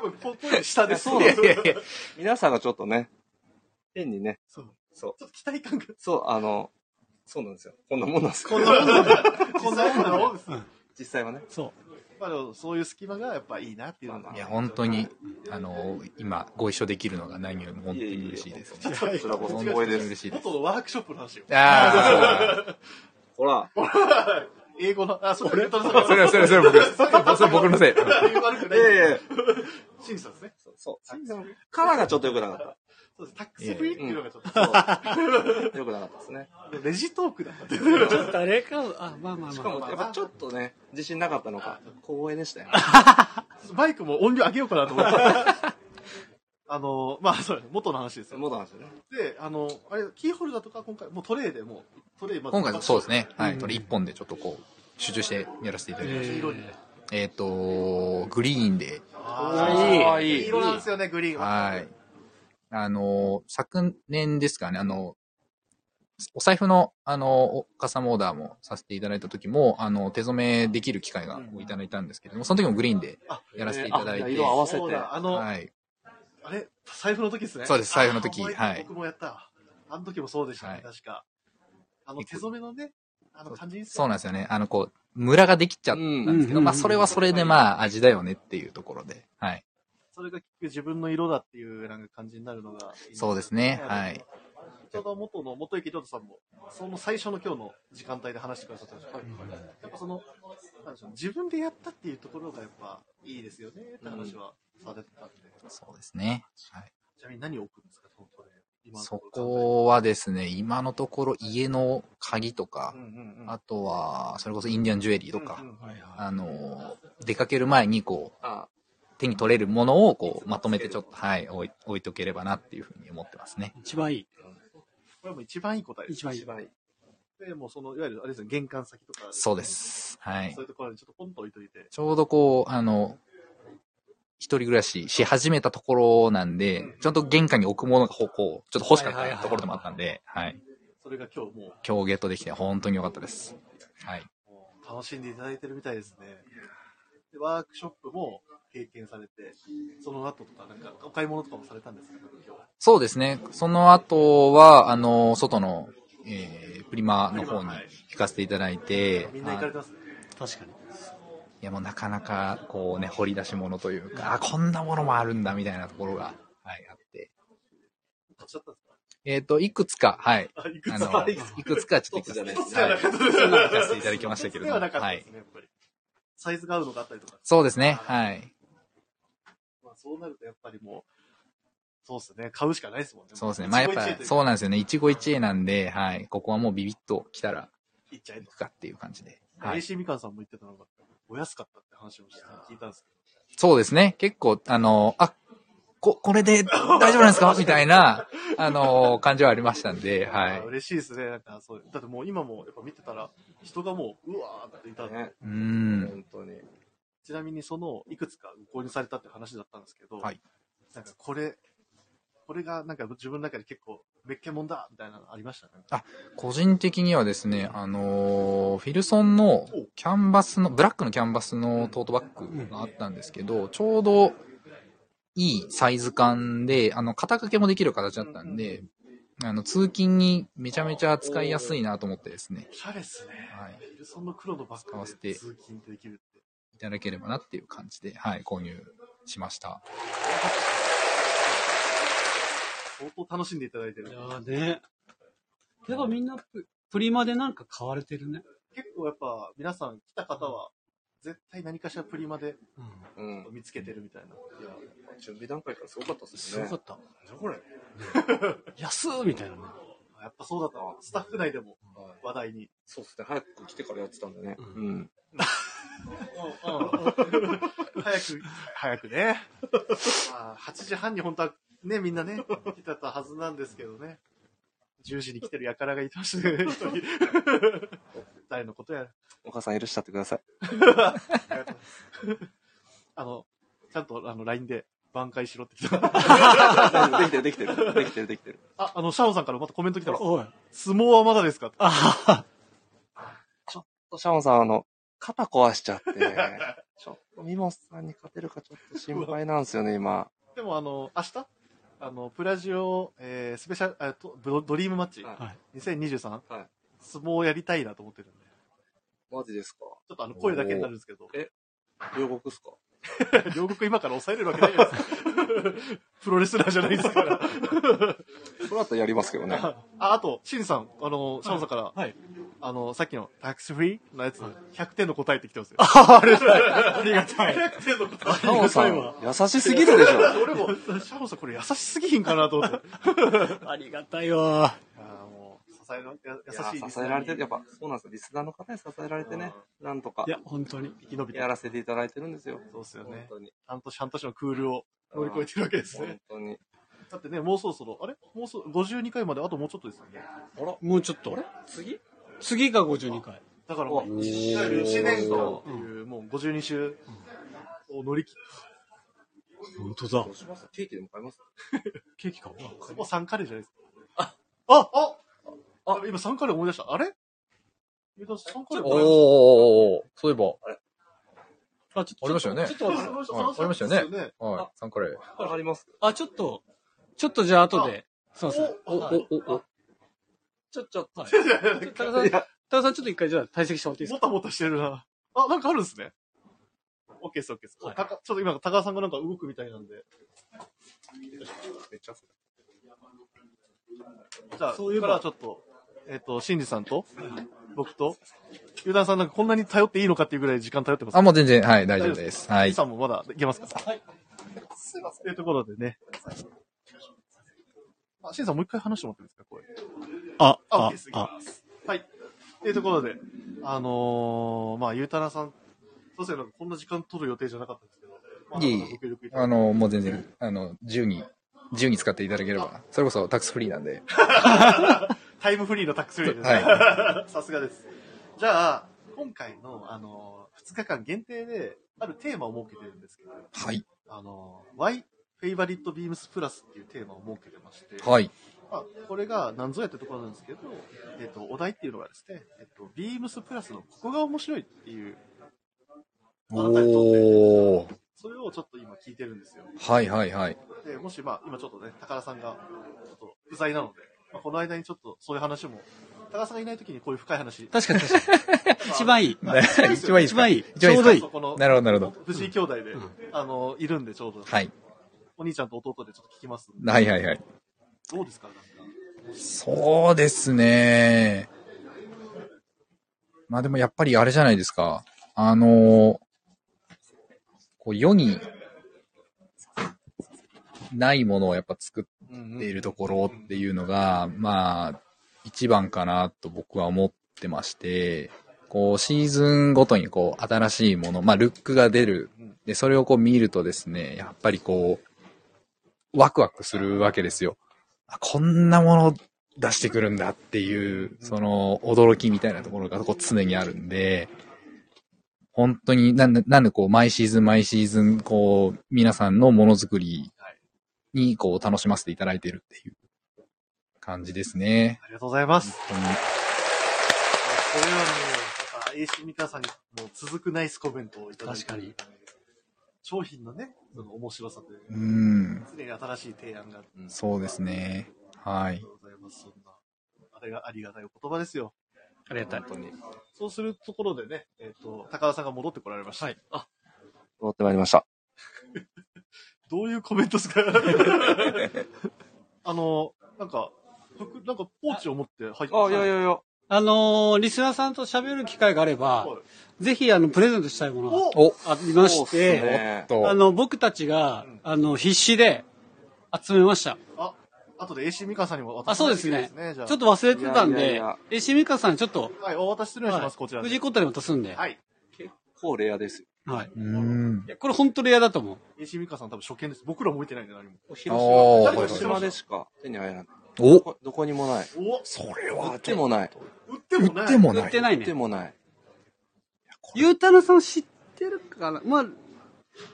A: 分、ここより下です。
C: そう
E: い
C: なん
E: や
C: で
E: い
A: ち
E: や
A: ょ
E: いや、
C: 皆さんがちょっとね、変にね、
A: そう
C: そう、
A: っと期待感が。
C: そう、あの、そうなんですよ。こんなもんなんです
B: こんなもんだよ
A: こんなもんなの
C: 実際はね。
B: そ
A: まあでもそういう隙間がやっぱいいなっていうのが。
E: いや本当に、あのー今、ご一緒できるのが何よりも本当に嬉しいですね。
C: こちらこそ光栄で
E: 本当に
C: す。
E: 嬉しいです。
A: 元のワークショップの 話よ。
E: ああ。
C: ほら、
A: 英語の、あ、そう、俺との
E: それは、それは、それは僕です。それは僕のせい。
A: 悪く
C: い
A: ない。
C: やいや、
A: 審査ですね。
C: そうそう、シンさんカラーがちょっと良くなかっ。
A: そうです。タックスフリーっていうのがちょった
C: そう良くなかったですね。
A: と、レジトークだったっていう
B: う。ちょっとあれか、あ、まあまあ
C: し
B: ま
C: か
B: あ。
C: も、やっぱちょっとね、自信なかったのか、光栄でしたよね。
A: バイクも音量上げようかなと思って。 あの、まあ、そうだね元の話ですよ。
C: モダンですよね。
A: で、あの、あれ、キーホルダーとか今回、もうトレイでもう、トレイまず
E: 今回、そうです。ね。はい。これ一本でちょっとこう、集中してやらせていただきまし
A: 黄色に。
E: た。えっと、グリーンで、
A: あ
C: あ
A: ー
C: いい
A: いい色なんですよね、グリーン
E: はい。あの、昨年ですかね、あの、お財布の、あの、おカスタムオーダーもさせていただいた時も、あの、手染めできる機会がいただいたんですけれども、その時もグリーンでやらせていただい
C: あ
E: て、
C: 色合わせて
A: そう。だ、あの、
E: はい。
A: あれ、財布の時ですね。
E: そうです財布の時
A: あー
E: はい
A: 僕もやった。あの時もそうでしたね、
E: はい
A: 確か。あの、手染めのね、あの、感じです
E: そうな
A: ん
E: んですよね。あの、こう、ムラができちゃったんですけど、
B: うん
E: まあ、それはそれでまあ、味だよねっていうところで。はい。
A: それが結局自分の色だっていう、なんか感じになるのがいいんよ
E: そうですね。はい。。
A: ちょうど元の、元池亮太さんも、その最初の今日の時間帯で話してくださったんですけど、やっぱその、なんでしょう、自分でやったっていうところがやっぱいいですよね、って話はされてたんで。
E: そうですね。はい。
A: ちなみに何を置くんですか、そのトレイ今の
E: そ
A: ところ
E: こはですね、今のところ家の鍵とか
A: うん、うんうん。
E: あとは、それこそインディアンジュエリーと
A: うんうん
E: か、
B: はいは
E: あの、出かける前にこう、
C: あ
E: 手に取れるものをこう、まとめてちょっと、はい、置い置いとければなっていうふうに思ってますね。
B: い。一番いい。
A: これも一番いい答えです。
B: 一番いい。
C: 番いい。
A: で、もうその、いわゆる、あれですね、玄関先とか。
E: そうで。す。はい
A: そうい。うところにちょっとポンと置いといて。
E: ちょうどこう、あの、一人暮らしし始めたところなんで、ちょっと玄関に置くものがこう、こうちょっと欲しか
B: はい
E: っ
B: はいは
E: た
B: い
E: ところでもあったんで、はい。
A: それが今日も
E: 今日ゲットできて本当に良かったです。はい。
A: う、もう楽しんでいただいてるみたいですね。で、ワークショップも経験されて、その後とか、なんか、お買い物とかもされたんですか今日。
E: そうですね。その後は、あの、外の、えー、プリマの方に行かせていただいて、
A: みんな行かれて
E: あ
A: ますね。
B: 確かに。
E: いやもうなかなか、こうね、掘り出し物というか、あ、こんなものもあるんだみたいなところが、はい、あって。
A: 買っちゃったんですか
E: えっ、と、いくつか、はい。
A: あ、行く
E: あの、
A: つ
E: いくつかちょっと行かせて、
C: 一つ
A: じゃな
E: はい
A: かったです。
E: 行かせていただきましたけれ
A: で
E: ど
A: は
E: も、
A: なかった
E: は
A: で
E: い
A: す。ね、やっぱり。サイズが合うのがあったりとか。
E: そうですね。はい。
A: まあ、そうなるとやっぱりもう、そうですね、買うしかないですもんね。
E: そうですね。まあやっぱ、
A: う。
E: そうなんですよね。一期一会なんで、はい。ここはもうビビッと来たら
A: いっちゃい
E: 行くかっていう感じで。
A: ま
E: は
A: す。
E: い。
A: AC みかんさんも言ってたのが、お安かったって話をして聞いたんですけど。
E: そうですね。結構、あの、あ、こ、これで大丈夫なんですかみたいな、あの、感じはありましたんで、は
A: あ
E: い
A: ー。嬉しいですね。なんかそう。だってもう今もやっぱ見てたら、人がもう、うわーっていたんで、
C: ね、
E: うん。
C: 本当に。
A: ちなみにその、いくつか購入されたって話だったんですけど、
E: はい
A: なんかこれ、これがなんか自分の中で結構、別件もんだみたいなのありましたね。
E: 個人的にはですね、あのーフィルソンのキャンバスの、ブラックのキャンバスのトートバッグがあったんですけど、ちょうどいいサイズ感で、あの、肩掛けもできる形だったんで、あの、通勤にめちゃめちゃ使いやすいなと思ってですね、
A: おしゃれっすね。
E: はい、
A: ヒルソンの黒のバ
E: 使わ
A: ッ
E: せ
A: グで
E: て
A: 通勤できるって。
E: いただければなっていう感じで、はい、購入しました。
A: 相当楽しんでいただいてる
B: い。やーね。やっぱみんなププリマでなんか買われてるね。
A: 結構やっぱ皆さん来た方は、絶対何かしらプリマで
B: うん。
C: うん。
A: 見つけてるみたいな。いや、
C: 準備段階からすごかったです
B: す
C: ね。
B: ごかった。
A: なんだこれ。
B: 安ーみたいなね。
A: やっぱそうだったわ。スタッフ内でも話題に。
C: そうですね。早く来てからやってたんだね。
B: う
C: うん。
A: 早く、早くね。まあ、8時半に本当はね、みんなね、来てたはずなんですけどね。10時に来てる輩がいましたね、一人誰のことやら。
C: お母さん許しちゃってください。
A: ありがとうございますあの、ちゃんとあの LINE で挽回しろって来た。
C: できてる、できてる。できてる、できてる。
A: あ、あの、シャオさんからまたコメント来てます。
B: おい。
A: 相撲はまだですか
B: あはは。
C: シャオンさん、あの、肩壊しちゃって、ちょっとミモスさんに勝てるかちょっと心配なんですよね、今。
A: でもあの、明日あの、プラジオ、えースペシャル、えーとドドリームマッチ、
C: はい
B: はい。
A: 2023、
C: はい
A: 相撲やりたいなと思ってるんで、
C: マジですか
A: ちょっとあの、声だけになるんですけど、
C: 両国っすか
A: 両国今から抑えれるわけないです。 プロレスラーじゃないですから。
C: それだったらやりますけ どね。
A: あ、あと、シンさん、あの、シャオさんから、
B: はい。
A: あの、さっきのタックスフリーのやつ、100点の答えってきてますよ。
B: ありがたい。
A: 100点の答え。
C: シャオンさん、優しすぎるでしょ。
A: 俺も、シャオさんこれ優しすぎひんかなと思って。
B: ありがたいわ
A: ああ、もう、支えら、や
C: い
A: 優
C: や
A: しい
C: 支えられてる。やっぱ、そうなんですよ。リスナーの方に支えられてね、なんとか
B: ー。いや、本当に。
A: 生き延びて
C: や、らせていただいてるんですよ。
A: そうっすよね
C: 本。当に。
A: 半年半年のクールを乗り越えてるわけですね
C: 本。当に。
A: だってね、もうそろそろ、あれもうそろ、52回まであともうちょっとですよね。
B: もうちょっと。
C: 次
B: 次が52回。
A: だからもう、
C: お
A: 1年間っていう、もう52週を乗り切っ
B: 本当だ
C: どう。しますケーキでも買います
B: ケーキ買おう。
A: て、もう3カレーじゃないですか。ああああ今3カレー思い出した。あれ三カレー
E: おーおーおーおーそういえば、
B: あ、ちょっと。
E: ありましたよね
B: ちょっと待って
E: あありましたよ
A: ね。
E: はい、サンカレー。
C: あります
B: あ、ちょっと、ちょっとじゃあ後で。そうそう。
E: お、お、お、お、
C: ちょ、ちょ、
B: はい。ちょっと高田さん、
C: いや
B: 高田さんちょっと一回じゃあ退席してもらっていいです
A: も
B: か
A: たもたしてるな。あ、なんかあるんですね。オッケーです、オッケーです。
B: はい
A: たかちょっと今、高田さんがなんか動くみたいなんで。
C: めっちゃす
A: じゃあ、
B: そ
A: そうう
B: い
A: い
B: え
A: う
B: ば
A: からちょっと、えっ、と、シンジさんと、僕と、ユダさんなんかこんなに頼っていいのかっていうぐらい時間頼ってます。
E: あ、もう全然、はい、大丈夫です。は
A: シ
E: い
A: ン。さんもまだいけますか
B: はい。
A: すいません。というところでね。あシンさんもう一回話してもらっていいですか、これ。
B: あ、
A: あ、OK です。いきますはい。というところで、あのー、まあ、ゆうたらさん、そうせなんかこんな時間取る予定じゃなかったんですけど、まあ
E: いえいえ
A: ご協力いただ
E: あ
A: いて
E: の、もう全然、あの、自由に、自由に使っていただければ、それこそタックスフリーなんで。
A: タイムフリーのタックスフリーです。 さすがです。じゃあ、今回の、あの、2日間限定で、あるテーマを設けてるんですけど、
E: はい。
A: あの、Why Favorite Beams Plus っていうテーマを設けてまして、
E: はい。
A: まあ、これが何ぞやってところなんですけど、えっと、お題っていうのがですね、えっと、Beams プラスのここが面白いっていう、
E: おー。
A: それをちょっと今聞いてるんですよ。
E: はいはいはい。
A: で、もしまあ、今ちょっとね、高田さんが、ちょっと不在なので、まあ、この間にちょっとそういう話も、高田さんがいない時にこういう深い話、
B: 確かに確かに。一番いい。
E: 一番いいで
B: 一
E: すか
B: 番いい。
E: 一
B: ち
E: 番いい
B: ょ
E: ですか
B: うどいい
A: そ。この
E: なるほどなるほど。
A: 藤井兄弟で、
B: うん
A: あの、いるんで、ちょうど。
E: はい。
A: お兄ちゃんと弟でちょっと聞きますんで。
E: はいはいはい。
A: どうですかなんか
E: そうですね。まあでもやっぱりあれじゃないですか。あの、こう世にないものをやっぱ作っ
C: うん
E: ているところっていうのが、まあ、一番かなと僕は思ってまして、こう、シーズンごとにこう、新しいもの、まあ、ルックが出る。で、それをこう見るとですね、やっぱりこう、ワクワクするわけですよ。あ、こんなもの出してくるんだっていう、その、驚きみたいなところがこう常にあるんで、本当になんで、なんでこう、毎シーズン毎シーズン、こう、皆さんのものづくりに、こう、楽しませていただいているっていう感じですね。
A: ありがとうございます。
E: 本当に。
A: これはね、あ AC ミカさんにもう続くナイスコメントをいただいて。
B: 確かに。
A: 商品のね、その面白さという
E: う
A: か、
E: ん、
A: 常に新しい提案があって。
E: そうですね。は
A: あり
E: い
A: が。とうございます。そんな。あれがありがたいお言葉ですよ。
B: ありがたい。
A: そうするところでね、えっ、と、高田さんが戻ってこられました。はい。あ、
C: 戻ってまいりました。
A: どういうコメントですか あの、なんか、服なんかポーチを持って入ってきた
C: あ、いやいやいや。
B: あのーリスナーさんと喋る機会があれば、
A: は
B: ぜひ、あの、プレゼントしたいものが
A: お
E: お
B: ありまし
C: そうっす
B: て、
C: ね
E: と、
B: あの、僕たちが、あの、必死で集めました。
A: あ、あとで AC ミカさんにも渡
B: あ、そうですね。
A: ちょっ
B: ちょっと忘れてたん
C: いやいやい
B: で
C: や、
B: え、しみかさん、ちょっと、
A: はい、お渡しするようにします、こちら
B: 藤井
A: で。
B: コッタで渡すんで。
A: はい。
C: こうレアですよ。
B: はい。
E: うん
B: い。や、これ本当レアだと思う。
A: AC ミカさん多分初見です。僕らも見てないんで何も。
C: 広
E: お
C: 島
E: ー
C: 広島でしか手に入らない。
E: お
C: こどこにもない。
A: お
E: それ
C: 売ってもない。
A: 売ってもない。
E: 売っても
B: 売
E: な
B: っ
E: い
B: て。ない
C: 売って
B: ね。
C: もない。
B: ゆうたなさん知ってるかなまあ、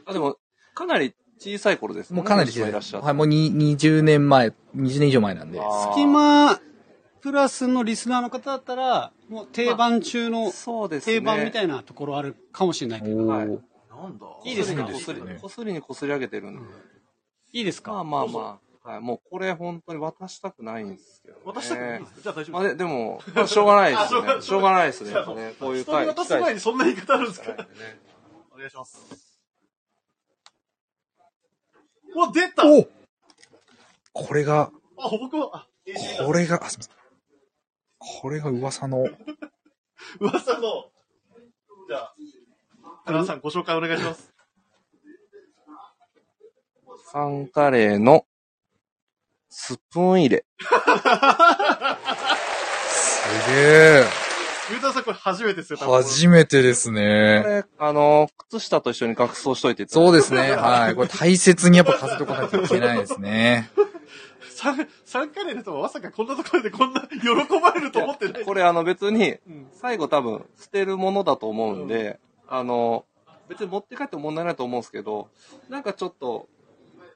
C: あ、でも、かなり小さい頃ですね。
E: もうかなり
C: 広島いらっしゃっ
E: はい、もうに20年前、20年以上前なんで。
C: た。
B: 隙間プラスのリスナーの方だったら、もう定番中の
C: そうです
B: 定
C: ね。
B: 番みた
C: い
B: いなところあるかもしれないけど。
E: お
C: はい
E: ー
A: なんだ
B: いいですね
C: こすりこすりにこすり上げてるんで。
B: いいです
C: まあ
B: か
C: まあまあ。はい、もうこれ本当に渡したくないんですけど、ね。
A: 渡したくないんですかじゃあ大丈
C: ま
A: 夫
C: あ
A: です。
C: ででも、しょうがないで
A: あしょうが
C: す
A: ない
C: ね。しょうがないですね。
A: じゃあ
C: やっぱねこういう
A: 人に
C: 会
A: 渡す前にそんな言い方あるんです
C: 機会
A: か
C: でね
A: お願いします。お、出た
E: おこれが、
A: あ、僕も、あ、AC
E: これが、あ、すみません。これが噂の、
A: 噂の。じゃあ、花さんご紹介お願いします。
C: サンカレーのスプーン入れ。
E: すげえ。
A: ゆうたさんこれ初めてですよ、多分
E: 初めてです
C: こ
E: ね。
C: れ、あの、靴下と一緒に額装しといてって
E: そうですね。はい。これ大切にやっぱ風とかなきゃいけないですね。
A: さん参加例の人もまさかこんなところでこんな喜ばれると思ってない。
C: これあの別に
A: うん、
C: 最後多分捨てるものだと思うんで、あの、別に持って帰っても問題ないと思うんですけど、なんかちょっと、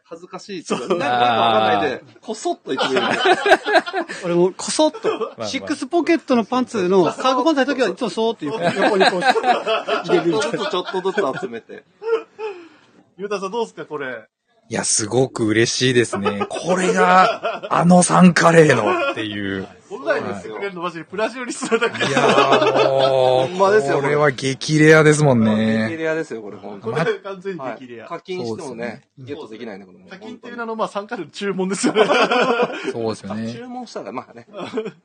C: 恥ずかしいっていうか。なんかわかんないで、こそっと言ってくれる。
B: 俺もこそっ
E: ま
B: と、
E: あ
B: シックスポケットのパンツのカーゴパンツの時はいつもそうっていう横にこう、
C: ちょっとずつちょっとずつ集めて。
A: ゆうたさんどうですか、これ。
E: いや、すごく嬉しいですね。これが、あのサンカレーのっていう。
A: オンラインでしてくれるのマジでプラジオリスナーだけ。
E: いやーも
C: ほ
E: う、
C: んまですよこ
E: こ
C: れ
E: れは激レアですもん
C: 激
E: ね。
C: レアですよ、これ、本当
A: こ
C: に。
A: れ 完全に
C: は
A: 激レ
C: い。
A: ア。
C: 課金してもね、
E: そうですね
C: ゲットできないね、これも。
A: 課金っていう
C: 本
A: 名の、まあ、参加例の注文ですよね。
E: そうですよ
C: 当に
E: ね。
C: 注文したら、まあね、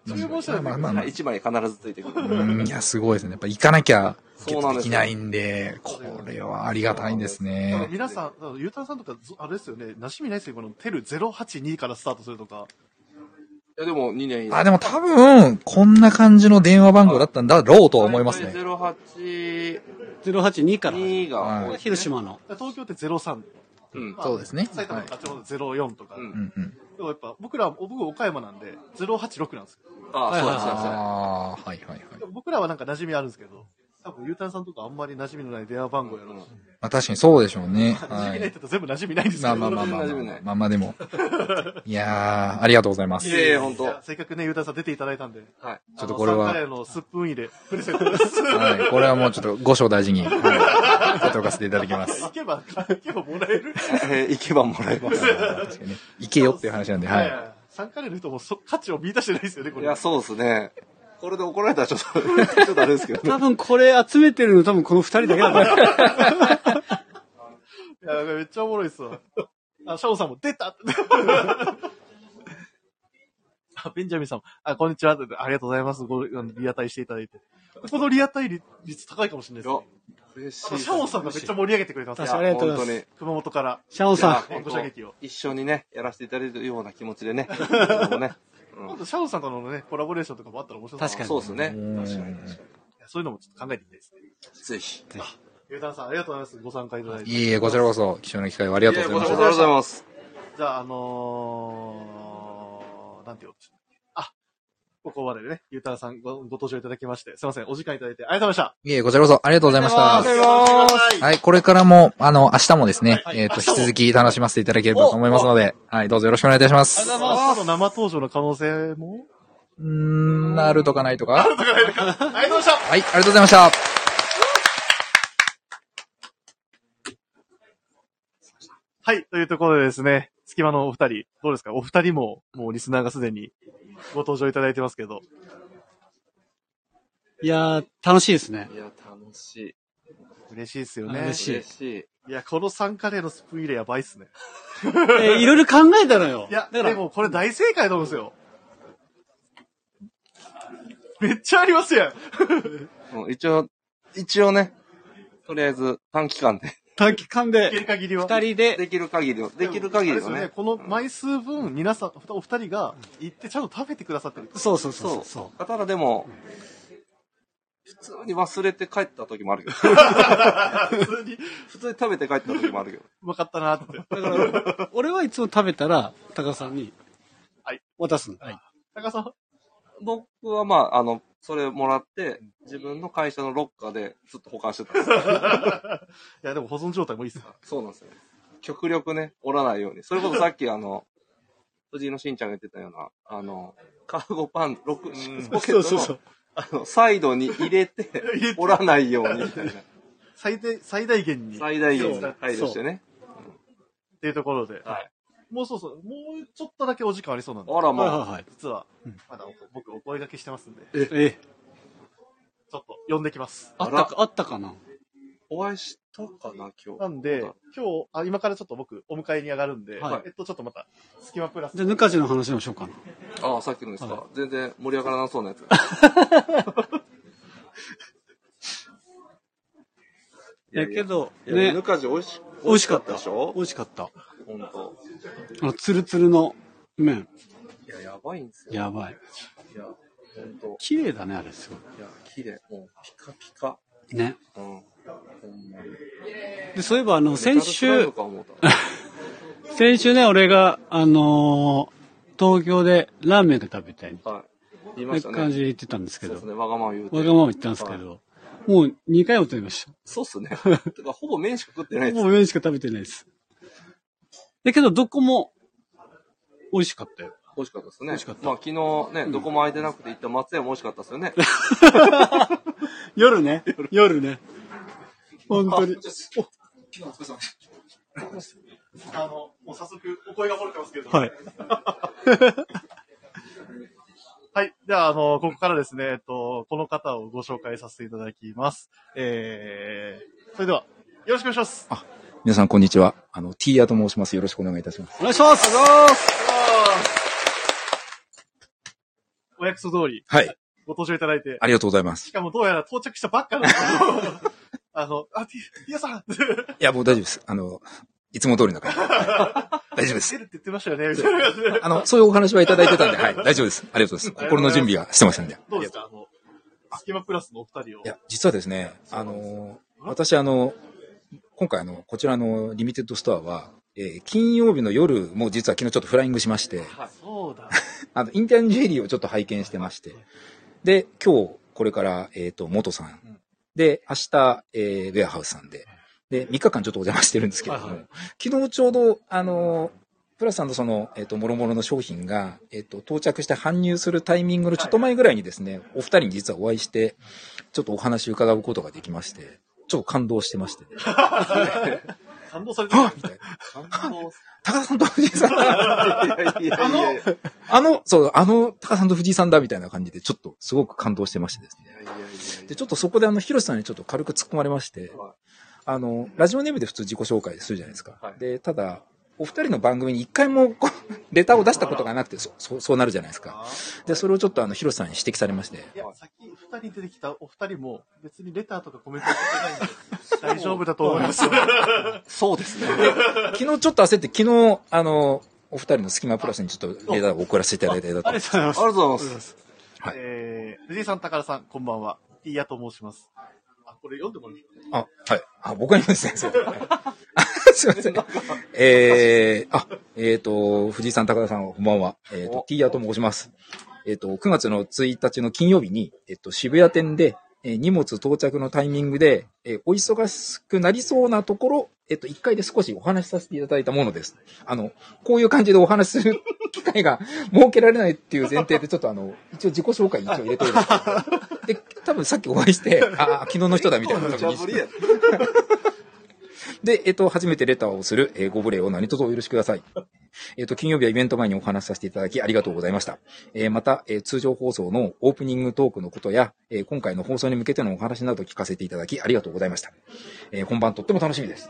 A: 注文したら
E: まあまあまあ
C: 1枚必ずついてくる。
E: うん、いや、すごいですね。やっぱ行かなきゃ、ゲ
C: そう
E: ッ
C: なん
E: ト
C: で
E: で
C: す
E: き
C: よ
E: ないんで、これはありがたいんです
A: 多分
E: ね。
A: 皆さん、多分ゆうたさんとか、ずあれですよね、なしみないですよ、このテル082からスタートするとか。
C: いや、でも2年
E: あ、でも多分、こんな感じの電話番号だったんだろうとは思いますね。
B: 082
C: 082
B: から。
C: が多いですね。
B: 広島の。
A: 東京って03。
C: うん。
A: まあ
E: そうですね
A: 埼玉の八王子04とか。
C: うん
E: うんうん。
A: でもやっぱ、僕ら、僕岡山なんで、086なんですよ。
C: ああ、そうです、そうです。
E: ああ、はいはいはい。
A: でも僕らはなんか馴染みあるんですけど、多分ゆうたさんとかあんまり馴染みのない電話番号やろうし、
E: まあ確かにそうでしょうね。
A: 馴染
E: は
A: みないって言っ
E: い。
A: たら全部馴染みないんですけ
E: まあ
A: ど。
E: まあまあ まあ
C: 馴
E: ま
C: 染
E: あ
C: みない
E: まあまあでも。いやー、ありがとうございま
C: い
E: す。
C: えいえ、ほんと。
A: い
C: は
A: やせっかくね、ゆうたさん出ていただいたんで。
C: い。
E: ちょっとこれは
A: あのサンカレーのスプーン入 れ、プレゼントです。
E: はい。これはもうちょっと、ご賞大事に、はい。ご投下させていただきます。
A: 行けば、行けばもらえる。
C: えー、 行けばもらえます。
E: 確かにね。行けよっていう話なんで、はい。
A: や。サンカレーの人もそ価値を見出してないですよね、こ
C: い
A: れ。
C: や、そうですね。これで怒られたらちょっ と、ちょっとあれですけどね。
B: 多分これ集めてるの多分この二人だけだから。
A: いや、めっちゃおもろいっすわ。あ、シャオさんも出た あ、ベンジャミンさんも、あ、こんにちは。ありがとうございます。ご、あのリアタイしていただいて。このリアタイ率率高いかもしれないで
C: い
A: す、ね
C: や。、嬉しい
A: あのシャオンさんがめっちゃ盛り上げてくれてます
B: 確
A: ね
B: か。にありがとうございます
C: や本
A: 熊本から。
B: シャオン
C: 当にいや
B: さ
C: 本当
A: ご射撃を
C: 一緒にね、やらせていただけるような気持ちでね。僕 もねうん
A: 今度シャオンさんとのね、コラボレーションとかもあったら面白い
B: 確かに
C: そうですね。
F: うん
C: 確かに確か
A: そういうのもちょっと考えてみたいですね。
C: に。ぜひ。
B: ん。ぜひ。
A: ゆうたんさん、ありがとうございます。ご参加いただいて。
F: いえいえ、こちらこそ、貴重な機会をありがとうございまし
A: いえ
F: た
A: こ。ちらこそありがとうござい
C: ます。
A: じゃあ、あのー、なんて言おうとしたっけあ、ここまでね、ゆうたんさんごご登場いただきまして、すいません、お時間いただいてありがとうございま
F: いえいえ、こちらこそ、ありがとうございました。
A: した。がとうございます。
F: はい、これからも、あの、明日もですね、
A: はい
F: えっ、と、引き続き楽しませていただければと思いますので、はい、どうぞよろしくお願いいたします。
A: あなたの生登場の可能性も
F: うーん、なるとかないとか。はい、
A: ありがとうございました
F: ありがとうございました。
A: はい、というところでですね、隙間のお二人、どうですかお二人も、もうリスナーがすでにご登場いただいてますけど。
B: いやー、楽しいですね。
C: いや、楽しい。
A: 嬉しいですよ
B: 嬉
A: ね。
B: しい
C: 嬉しい。
A: いや、この3カレーのスプーン入れやばいっすね。
B: えーいろいろ考えたのよ。
A: いや、
B: だ
A: で
B: から、
A: もこれ大正解なんですよ。めっちゃありますやん。
C: うん一応、一応ね、とりあえず短期間で
B: 短期間
A: いけ
B: で
A: る限りは。
B: 二人で、
C: できる限りの、できる限りの
A: あれ
C: ね
A: ですよ。この枚数分、皆さん、お二人が行ってちゃんと食べてくださってる。
B: そうそうそう
C: そ
B: そうう。そ
C: ただでも、普通に忘れて帰った時もあるけど。
A: 普通に、
C: 普通に食べて帰った時もあるけど。
A: うまかったなって。
B: うだから、俺はいつも食べたら、高田さんに
A: はい、
B: 渡すの。はい。
A: 高さん、
C: 僕はまあ、あの、それもらって、自分の会社のロッカーでずっと保管してたんですよ。
A: いや、でも保存状態もいいっす か
C: そうなんですよ。極力ね、折らないように。それこそさっきあの、藤井のしんちゃんが言ってたような、あの、カーゴパン、6、ポケット
B: そ
C: の
B: うそうそう。
C: あの、サイドに入 れて、
A: 入れて
C: 折らないようにみたいな。
A: 最低、最大限に。っ
C: 最大限に配慮してね。
A: ていうところで。
C: はい。
A: もうそうそう、もうちょっとだけお時間ありそうなんで。
C: あら、
B: はい
C: まあ、
B: はいはい。
A: 実は
B: うん、
A: まだお僕お声掛けしてますんで、ち
B: え、え、
A: ょっと呼んできます。
B: あったか、あったかな
C: お会いしたかな、今日。
A: なんで、今日、あ、今からちょっと僕、お迎えに上がるんで、
B: はい
A: えっと、ちょっとまた、隙間プラス
B: じゃ。あ、ぬかじの話をしようかな。
C: ああ、さっきのですか。
B: は
C: 全然盛り上がらなそうな やつ。い
B: やけど、
C: いや
B: ね
C: ぬ、かじ美味し、
B: 美味しかった
C: でしょ
B: 美味しかった。
C: ほんと。
B: あの、ツルツルの麺。
C: いや、やばいんですよ。
B: やばい。
C: いや、ほんと。
B: 綺麗だね、あれ、すご
C: いや、綺麗。もう、ピカピカ。
B: い。ね。
C: うん。ほんまに。
B: で、そういえば、あの、先
C: メタルスライド
B: 週、
C: か思うた
B: 先週ね、俺が、あのー東京でラーメンが食べたいみ たい
C: はい。言いま
B: な
C: したね。
B: 感じで言ってたんですけ
C: そう
B: ど、
C: ですね、わがまま言うて。
B: わがまま言ったんですけ
C: はい。
B: ど、もう2回も食べました。
C: そうっすね。てか、ほぼ麺しか食ってないです
B: もう麺しか食べてないです。だけど、どこも、美味しかったよ。
C: 美味しかったですね。
B: 美味しかった
C: まあ昨日ね、どこも空いてなくて行った松屋も美味しかったです よね。
B: 夜ね。夜ね。本当に。
A: あの、もう早速、お声が漏れてますけど。
B: はい。
A: はい。では、あの、ここからですね、えっと、この方をご紹介させていただきます。えー、それでは、よろしくお願いします。
E: 皆さん、こんにちは。あの、ティーヤと申します。よろしくお願いいたします。
B: お願いします
A: お約束通り、
E: はい。
A: ご登場いただいて、
E: ありがとうございます
A: し。かもどうやら到着したばっかなんです けどあの、あ、ティティアさん
E: いや、もう大丈夫です。あの、いつも通り の感じ。はい大丈夫で
A: 出
E: す。
A: るって言ってましたよね、みたいな感じで
E: あの、そういうお話はいただいてたんで、はい、大丈夫です。ありがとうございます。心の準備がしてましたんで。い
A: どうですかあの、スキマプラスのお二人を。
E: や、実はですね、あの、私、あの、今回、あの、こちらのリミテッドストアは、えー金曜日の夜も実は昨日ちょっとフライングしまして、
A: そうだ。
E: あの、インティアンジュエリーをちょっと拝見してまして、で、今日、これから、えっ、と、元さん。で、明日、えーウェアハウスさんで。で、3日間ちょっとお邪魔してるんですけれども、
B: はいは
E: 昨日ちょうど、あのー、プラスさんのその、えっ、と、もろもろの商品が、えっ、と、到着して搬入するタイミングのちょっと前ぐらいにですね、お二人に実はお会いして、ちょっとお話伺うことができまして、ちょっと感動してまして、
A: 感動されて
E: あ
A: る
E: みたいな。
C: 感動す
E: 高田さんと藤井さんだ
C: る。いやいやいやいやいやいやいやいや
E: あの、そう、あの、高田さんと藤井さんだみたいな感じで、ちょっとすごく感動してましてですね。で、ちょっとそこであの、ヒロシさんにちょっと軽く突っ込まれまして
C: はい、
E: あの、ラジオネームで普通自己紹介するじゃないですか
C: は。い
E: で、ただ、お二人の番組に一回もこう レターを出したことがなくて、そそうそうなるじゃないですか。で、それをちょっとあの、ヒロさんに指摘されまして。
A: いや、さっき二人出てきたお二人も、別にレターとかコメントしてないんで、大丈夫だと思います。
C: そうですね。
E: 昨日ちょっと焦って、昨日、あの、お二人の隙間プラスにちょっとレターを送らせていただいた
B: ありが
E: と。
B: とうございます。。
C: ありがとうございます
A: えー、藤井さん、高田さん、こんばんは。いいやと申します。あ、これ読んでもらいます
E: あ、はい。あ、僕にもですね、そうあ すいません。えー、あ、えっ、と、藤井さん、高田さん、こんばんは。えっ、と
C: お、
E: ティーヤと申します。えっ、と、9月の1日の金曜日に、えっ、と、渋谷店で、えー荷物到着のタイミングで、えーお忙しくなりそうなところ、えっ、と、1回で少しお話しさせていただいたものです。あの、こういう感じでお話しする機会が 設けられないっていう前提で、ちょっとあの、一応自己紹介一応入れておいて。で、多分さっきお会いして、ああ、昨日の人だみたいな。で、えっと、初めてレターをする、えーご無礼を何卒お許しください。 えっと、金曜日はイベント前にお話しさせていただきありがとうございました。えーまた、えー通常放送のオープニングトークのことや、えー今回の放送に向けてのお話など聞かせていただきありがとうございました。えー本番とっても楽しみです。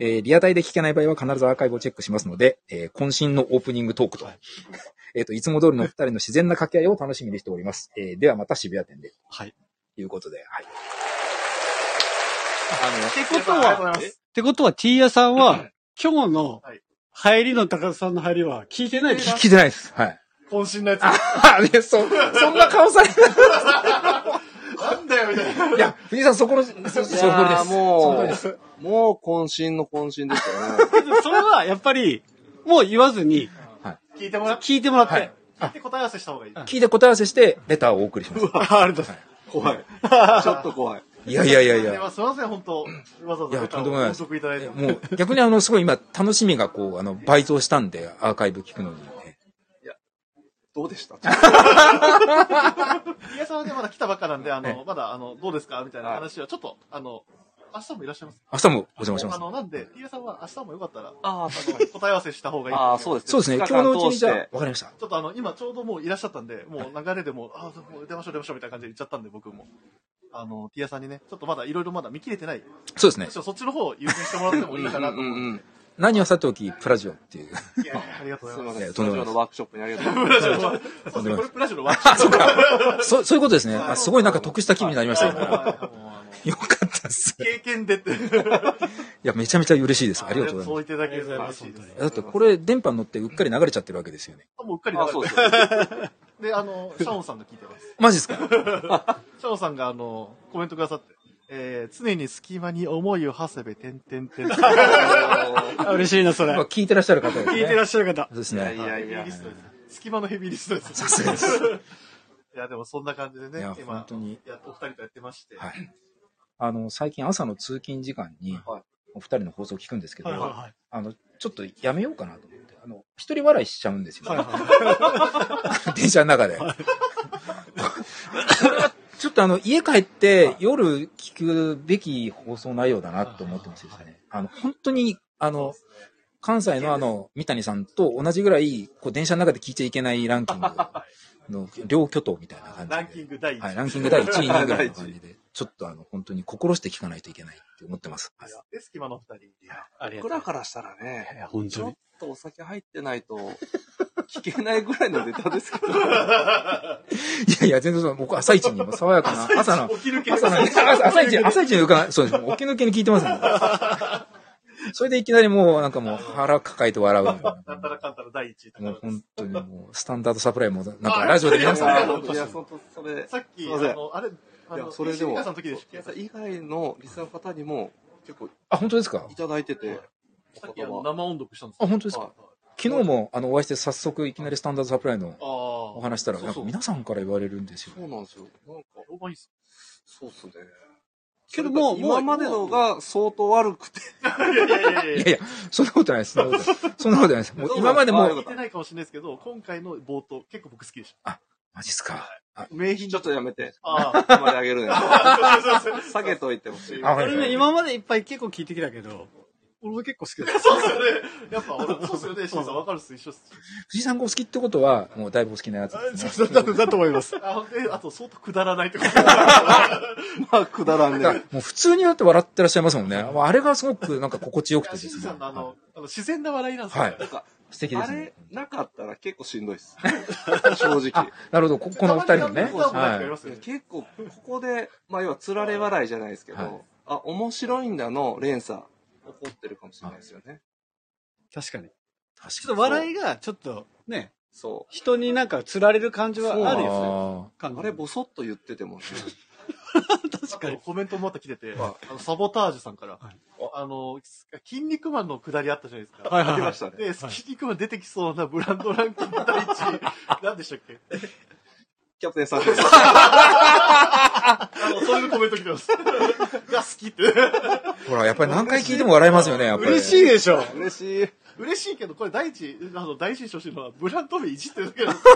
E: えーリアタイで聞けない場合は必ずアーカイブをチェックしますので、えー渾身のオープニングトークと、 えっと、いつも通りのお二人の自然な掛け合いを楽しみにしております。えーではまた渋谷店で。
B: はい。
E: ということで、はい。
A: ありがとうござい
B: ってことは、
A: ます。
B: ってことは、T 屋さんは、今日の
A: はい
B: 入りの高田さんの入りは聞いてないでしょ
E: 聞いてないです。はい。
A: 渾身のやつ。
E: あれ、そ、そんな顔され
A: なんだよ、みたいな。
E: いや、藤井さん、そこの、そ、そ
C: い
E: こで
C: やー
E: す。
C: もう、もう渾身の渾身ですよね。
B: それは、やっぱり、もう言わずに、
A: 聞いてもらって、
B: 聞いてもらって、
E: はい
A: 聞いて答え合わせした方がいい。
E: 聞いて答え合わせして、レターをお送りします。
A: あ、ありがとうございます。
C: 怖い。ちょっと怖い。
E: いやいやいやい
A: で
E: や。
A: はすいません、本当わざわざ
E: いやとんでもないです
A: 報告いただいて。
E: もう、逆にあの、すごい今、楽しみがこう、あの、倍増したんで、アーカイブ聞くのに。
C: どうでした
A: リアさんはね、まだ来たばっかなんで、あの、まだ、あの、どうですかみたいな話は、ちょっと、あの、明日もいらっしゃいます。
E: 明日もお邪魔しま
A: あ
E: す。
A: の、なんで、リアさんは明日もよかったら、
C: ああ、
A: 答え合わせした方がいい。
C: ああ、そうです
E: そうですね、今日のうちにじゃあ、わかりました。
A: ちょっとあの、今ちょうどもういらっしゃったんで、もう流れでもう、ああ、もう出ましょう出ましょうみたいな感じで言っちゃったんで、僕も。あの、ティアさんにね、ちょっとまだいろいろまだ見切れてない。
E: そうですね
A: むし。ろそっちの方を優先してもらってもいいかなと
C: うん
A: 思
C: うんうん。
E: 何はさておき、プラジオっていう。
A: って。いやありがとう
C: す
A: ござ
C: み
A: いま。
C: ますせん。
E: いやとん
C: 通常
E: でもないです
C: のワークショップにありがとうご
A: プ
C: ざいま
A: ラジオの、そうですね、これプラジオのワークショップ
E: そう、そういうことですね。あ、すごいなんか得した気分になりま したよ。
A: もうあの
E: よかったっす。い
A: 経験でって。
E: や、めちゃめちゃ嬉しいです。ありがとうござい
A: そ
E: ま
A: う言っていただけると嬉しいです。
E: す。だって、これ、電波に乗ってうっかり流れちゃってるわけですよね。
A: もううっかり
C: す。あそう
A: 流れて
C: です。あ
A: で、あの、シャオンさんが聞いてます。
E: マジですか
A: シャオさんが、あの、コメントくださって、えー、常に隙間に思いを馳せべ、てんてんてん。聞
C: の
B: あ嬉しいな、それ。
E: まあ聞いてらっしゃる方です
B: 聞いて
E: ね。
B: らっしゃる方。
E: そうです
C: い
E: ね。
C: やい
A: ヘビー
C: や
A: リストです。隙間のヘビーリストです。
E: さすがです。
A: いや、でもそんな感じでね、
E: いや
A: 今、
E: 本当に
A: やお二人とやってまして、
E: はい。あの、最近朝の通勤時間に
C: はい、
E: お二人の放送聞くんですけど、
B: はいはいはい。
E: あの、ちょっとやめようかなと思って、あの、一人笑いしちゃうんですよ、
B: はいはい
E: 電車の中で。ちょっとあの、家帰って夜聞くべき放送内容だなと思ってますですね。あの、本当に、あの、関西のあの、三谷さんと同じぐらい、こう、電車の中で聞いちゃいけないランキングの両巨頭みたいな感じで。
A: ランキング第1位、
E: はい、ランキング第1位、2位ぐらいの 感じで、ちょっとあの、本当に心して聞かないといけないって思ってます。はい
A: で、隙間のお二人。
B: ありが
C: 僕
B: とう
C: ら。からしたら
B: い
C: ね、
B: や、本
C: ち
B: 当
C: ょっ
B: に。
C: とお酒入ってないと、聞けないぐらいのネタですけど。
E: いやいや、全然その、僕、朝一にも爽やかな、朝の、
A: 起きる系
E: 朝の、朝朝一、朝一に伺う、そうです。もう起き抜けに聞いてますもん。それでいきなりもう、なんかもう腹抱えて笑うみたいな。
A: なんたらかんたら第1位と
E: もう
A: か。
E: 本当にもう、スタンダードサプライも、なんかラジオで皆さん、
C: いや、本当それ。
A: さっき、
C: すい
A: あ
C: ません
A: の、あれ、あ
C: い
A: の、
C: や、それで
A: 西
C: も、
A: 村さんの時でし
C: 皆さん以外のリスナーの方にも、結構
E: あ、本当ですか
C: いただいてて、
A: ょさっきあの生音読したんです
E: あ、
A: よ。
E: 本当ですか昨日も、あの、お会いして早速、いきなりスタンダードサプライのお
A: ああ、
E: 話したら、
C: そう
E: なん
C: そう
E: か皆さんから言われるんですよ
C: そ。うなんですよ。なんか、
A: 評判いいっす。
C: そうっすね。
B: けどもう、
C: 今までのが相当悪くて。
A: いやいやいやい
E: い
A: や。
E: やいや、そんなことないです。そんなことないそんなことないです。もう今までも
C: あよ
A: 聞
C: か
A: い
C: ってた
A: ないかもしれないですけど、今回の冒頭、結構僕好きでした。
E: マジっすか。
C: 名品ちょっとやめて。
A: あ
C: あんまりあげるね。下げといてほしい。
E: あ、
C: あ
E: わかり
B: 俺ね、
E: ました
B: 今までいっぱい結構聞いてきたけど、俺も結構好きだ。
A: そうっすよね。やっぱ、俺そうっすよね。シンさん、わかるっす。一緒っす。
G: 富士山がお好きってことは、もうだいぶお好きなやつですね。
A: そうだ、だと思います。あ、で、あと、相当くだらないってこと
H: まあ、くだらんね。
G: もう普通にだって笑ってらっしゃいますもんね。もうあれがすごくなんか心地よくてで
A: シン
G: す ね。
A: さんのあ
G: は
A: の、あの自然な笑いなんです
G: い。
A: よ。
G: はい
C: なんか、
G: 素敵で
C: あ
G: すね
C: れ。なかったら結構しんどい です。正直。
G: なるほど、ここのお二人のね。
A: たまになんか歌うなんかやり
G: は
A: ますよね
C: 結構、ここで、まあ、要は、つられ笑いじゃないですけど、
G: はい
C: あ、面白いんだの、連鎖、怒ってるかもしれないですよね。
B: 確かに。
G: い。
B: ちょっと笑いが、ちょっと、ね、
C: そ
B: 人になんか釣られる感じはあるよね。
G: よ。
B: 感
C: う。
B: じ
C: あれ、ボソッと言ってて もね、
A: 確かに。コメントもまた来てて、あの、サボタージュさんから、
B: はい
A: あの、筋肉マンの下りあったじゃないですか。
B: はい
C: あ
B: はい
C: り
B: は
C: ま
B: い
C: し。たね。
A: で、筋肉マン出てきそうなブランドランキング第1位、なんでしたっけ
C: キャプテンさんです。
A: あの、そういうコメント来てます。 が好きって。
G: ほら、やっぱり何回聞いても笑いますよね、やっぱり。
B: 嬉しいでしょ。
C: 嬉しい。
A: 嬉しいけど、これ第一位、あの、第一印象してるのは、ブランド名いじってるだ けなんです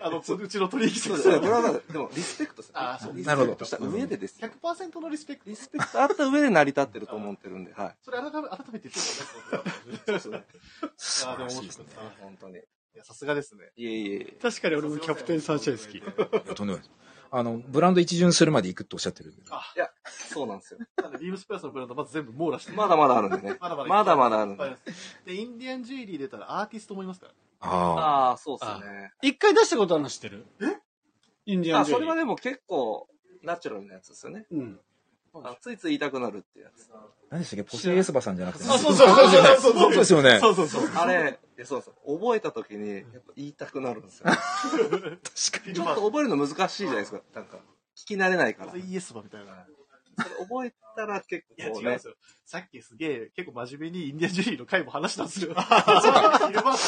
A: あの、うちの取引先
C: そうですね。これ
A: 100%
C: はまだでも、リスペクトですね。
A: あーそう
C: リス
G: なるほ
C: ペ
G: ど
C: クトした上でですよ。
A: のリスペクト。
C: リスペクトあった上で成り立ってると思ってるんで、はい。
A: それ改め、改めて言ってもらえ
C: そうですね。
A: ますかあー、でも面白かっ
C: あ本当に。
A: た。いや、さすがですね。
C: いえいえいえ。
B: 確かに俺もキャプテンサンシャイン好き。
G: いやとんでもないですあの、ブランド一巡するまで行くっておっしゃってるんで。
C: そうなんですよ。
A: なんでビームスプラスのブランドまず全部網羅して
C: まだまだあるんでね。
A: まだまだ
C: まだまだあるんで。
A: で、インディアンジュエリー入れたらアーティストもいますから。
G: ああ。
C: ああ、そうですね。
B: 一回出したことあるの知ってるえインディアン
C: あ、
B: ジュエ
C: そ
B: リ
C: れ
B: ー
C: はでも結構、ナチュラルなやつですよね。
B: うん。
C: あついつい言いたくなるってやつ。
G: 何でしたっけポセイエスバさんじゃなくて。
A: そうそうそうそうそう
G: そうですよね。
A: そ
G: 確
A: うそうそう。
C: あれ、いやそうそう。覚えた時に、やっぱ言いたくなるん ですよ。
G: か
C: ちょっと覚えるの難しいじゃないです か。なんか、聞き慣れないから。それ
A: イエスバみたいな。
C: 覚えたら結
A: いや、違
C: 構
A: うんで
C: ね
A: す。よ。さっきすげえ、結構真面目にインディアンジュエリーの回も話したんですよ。そうか。昼間も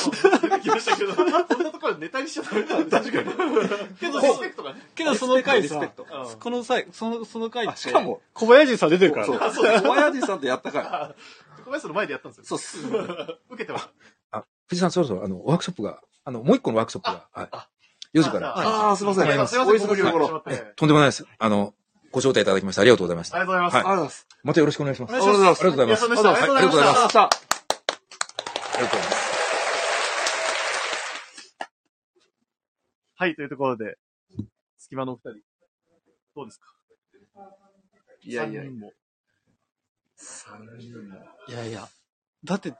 A: 出てきましたけど、こんなところでネタにしちゃダメなんです確かに。けど、リスペクトがね。
B: けどその回
C: リスペ
B: さ
C: ク、ト。
A: うん
B: この際、その、その回っ
C: あ、
B: て、
C: しかも、
B: 小林さん出てるから
C: そ
B: ね
C: う、小林さんとやったから。
A: 小林さんの前でやったんですよ。
C: そうっす。
A: 受けてます。
G: 藤井さん、そろそろ、あの、ワークショップが、あの、もう一個のワークショップが、はい。4時から。はい
C: ああ、すいません。
G: ごめんな
A: すいません、
C: お忙しいところ。ありがとう
A: ありがとう
G: とんでもないです。あの、ご招待いただきましてありがとうございました。
A: ございます。
C: ございます。
G: またよろしくお願いします。
C: ありがとうございます。
G: ありがとうございます。
A: お疲れ様で
G: は
A: した
G: いありがとうございま
C: ありがとうございました。
G: ありがとうございます。
A: はい、というところで、隙間のお二人、どうですか
C: いやいや
A: 三、人も
B: いやいや。だって、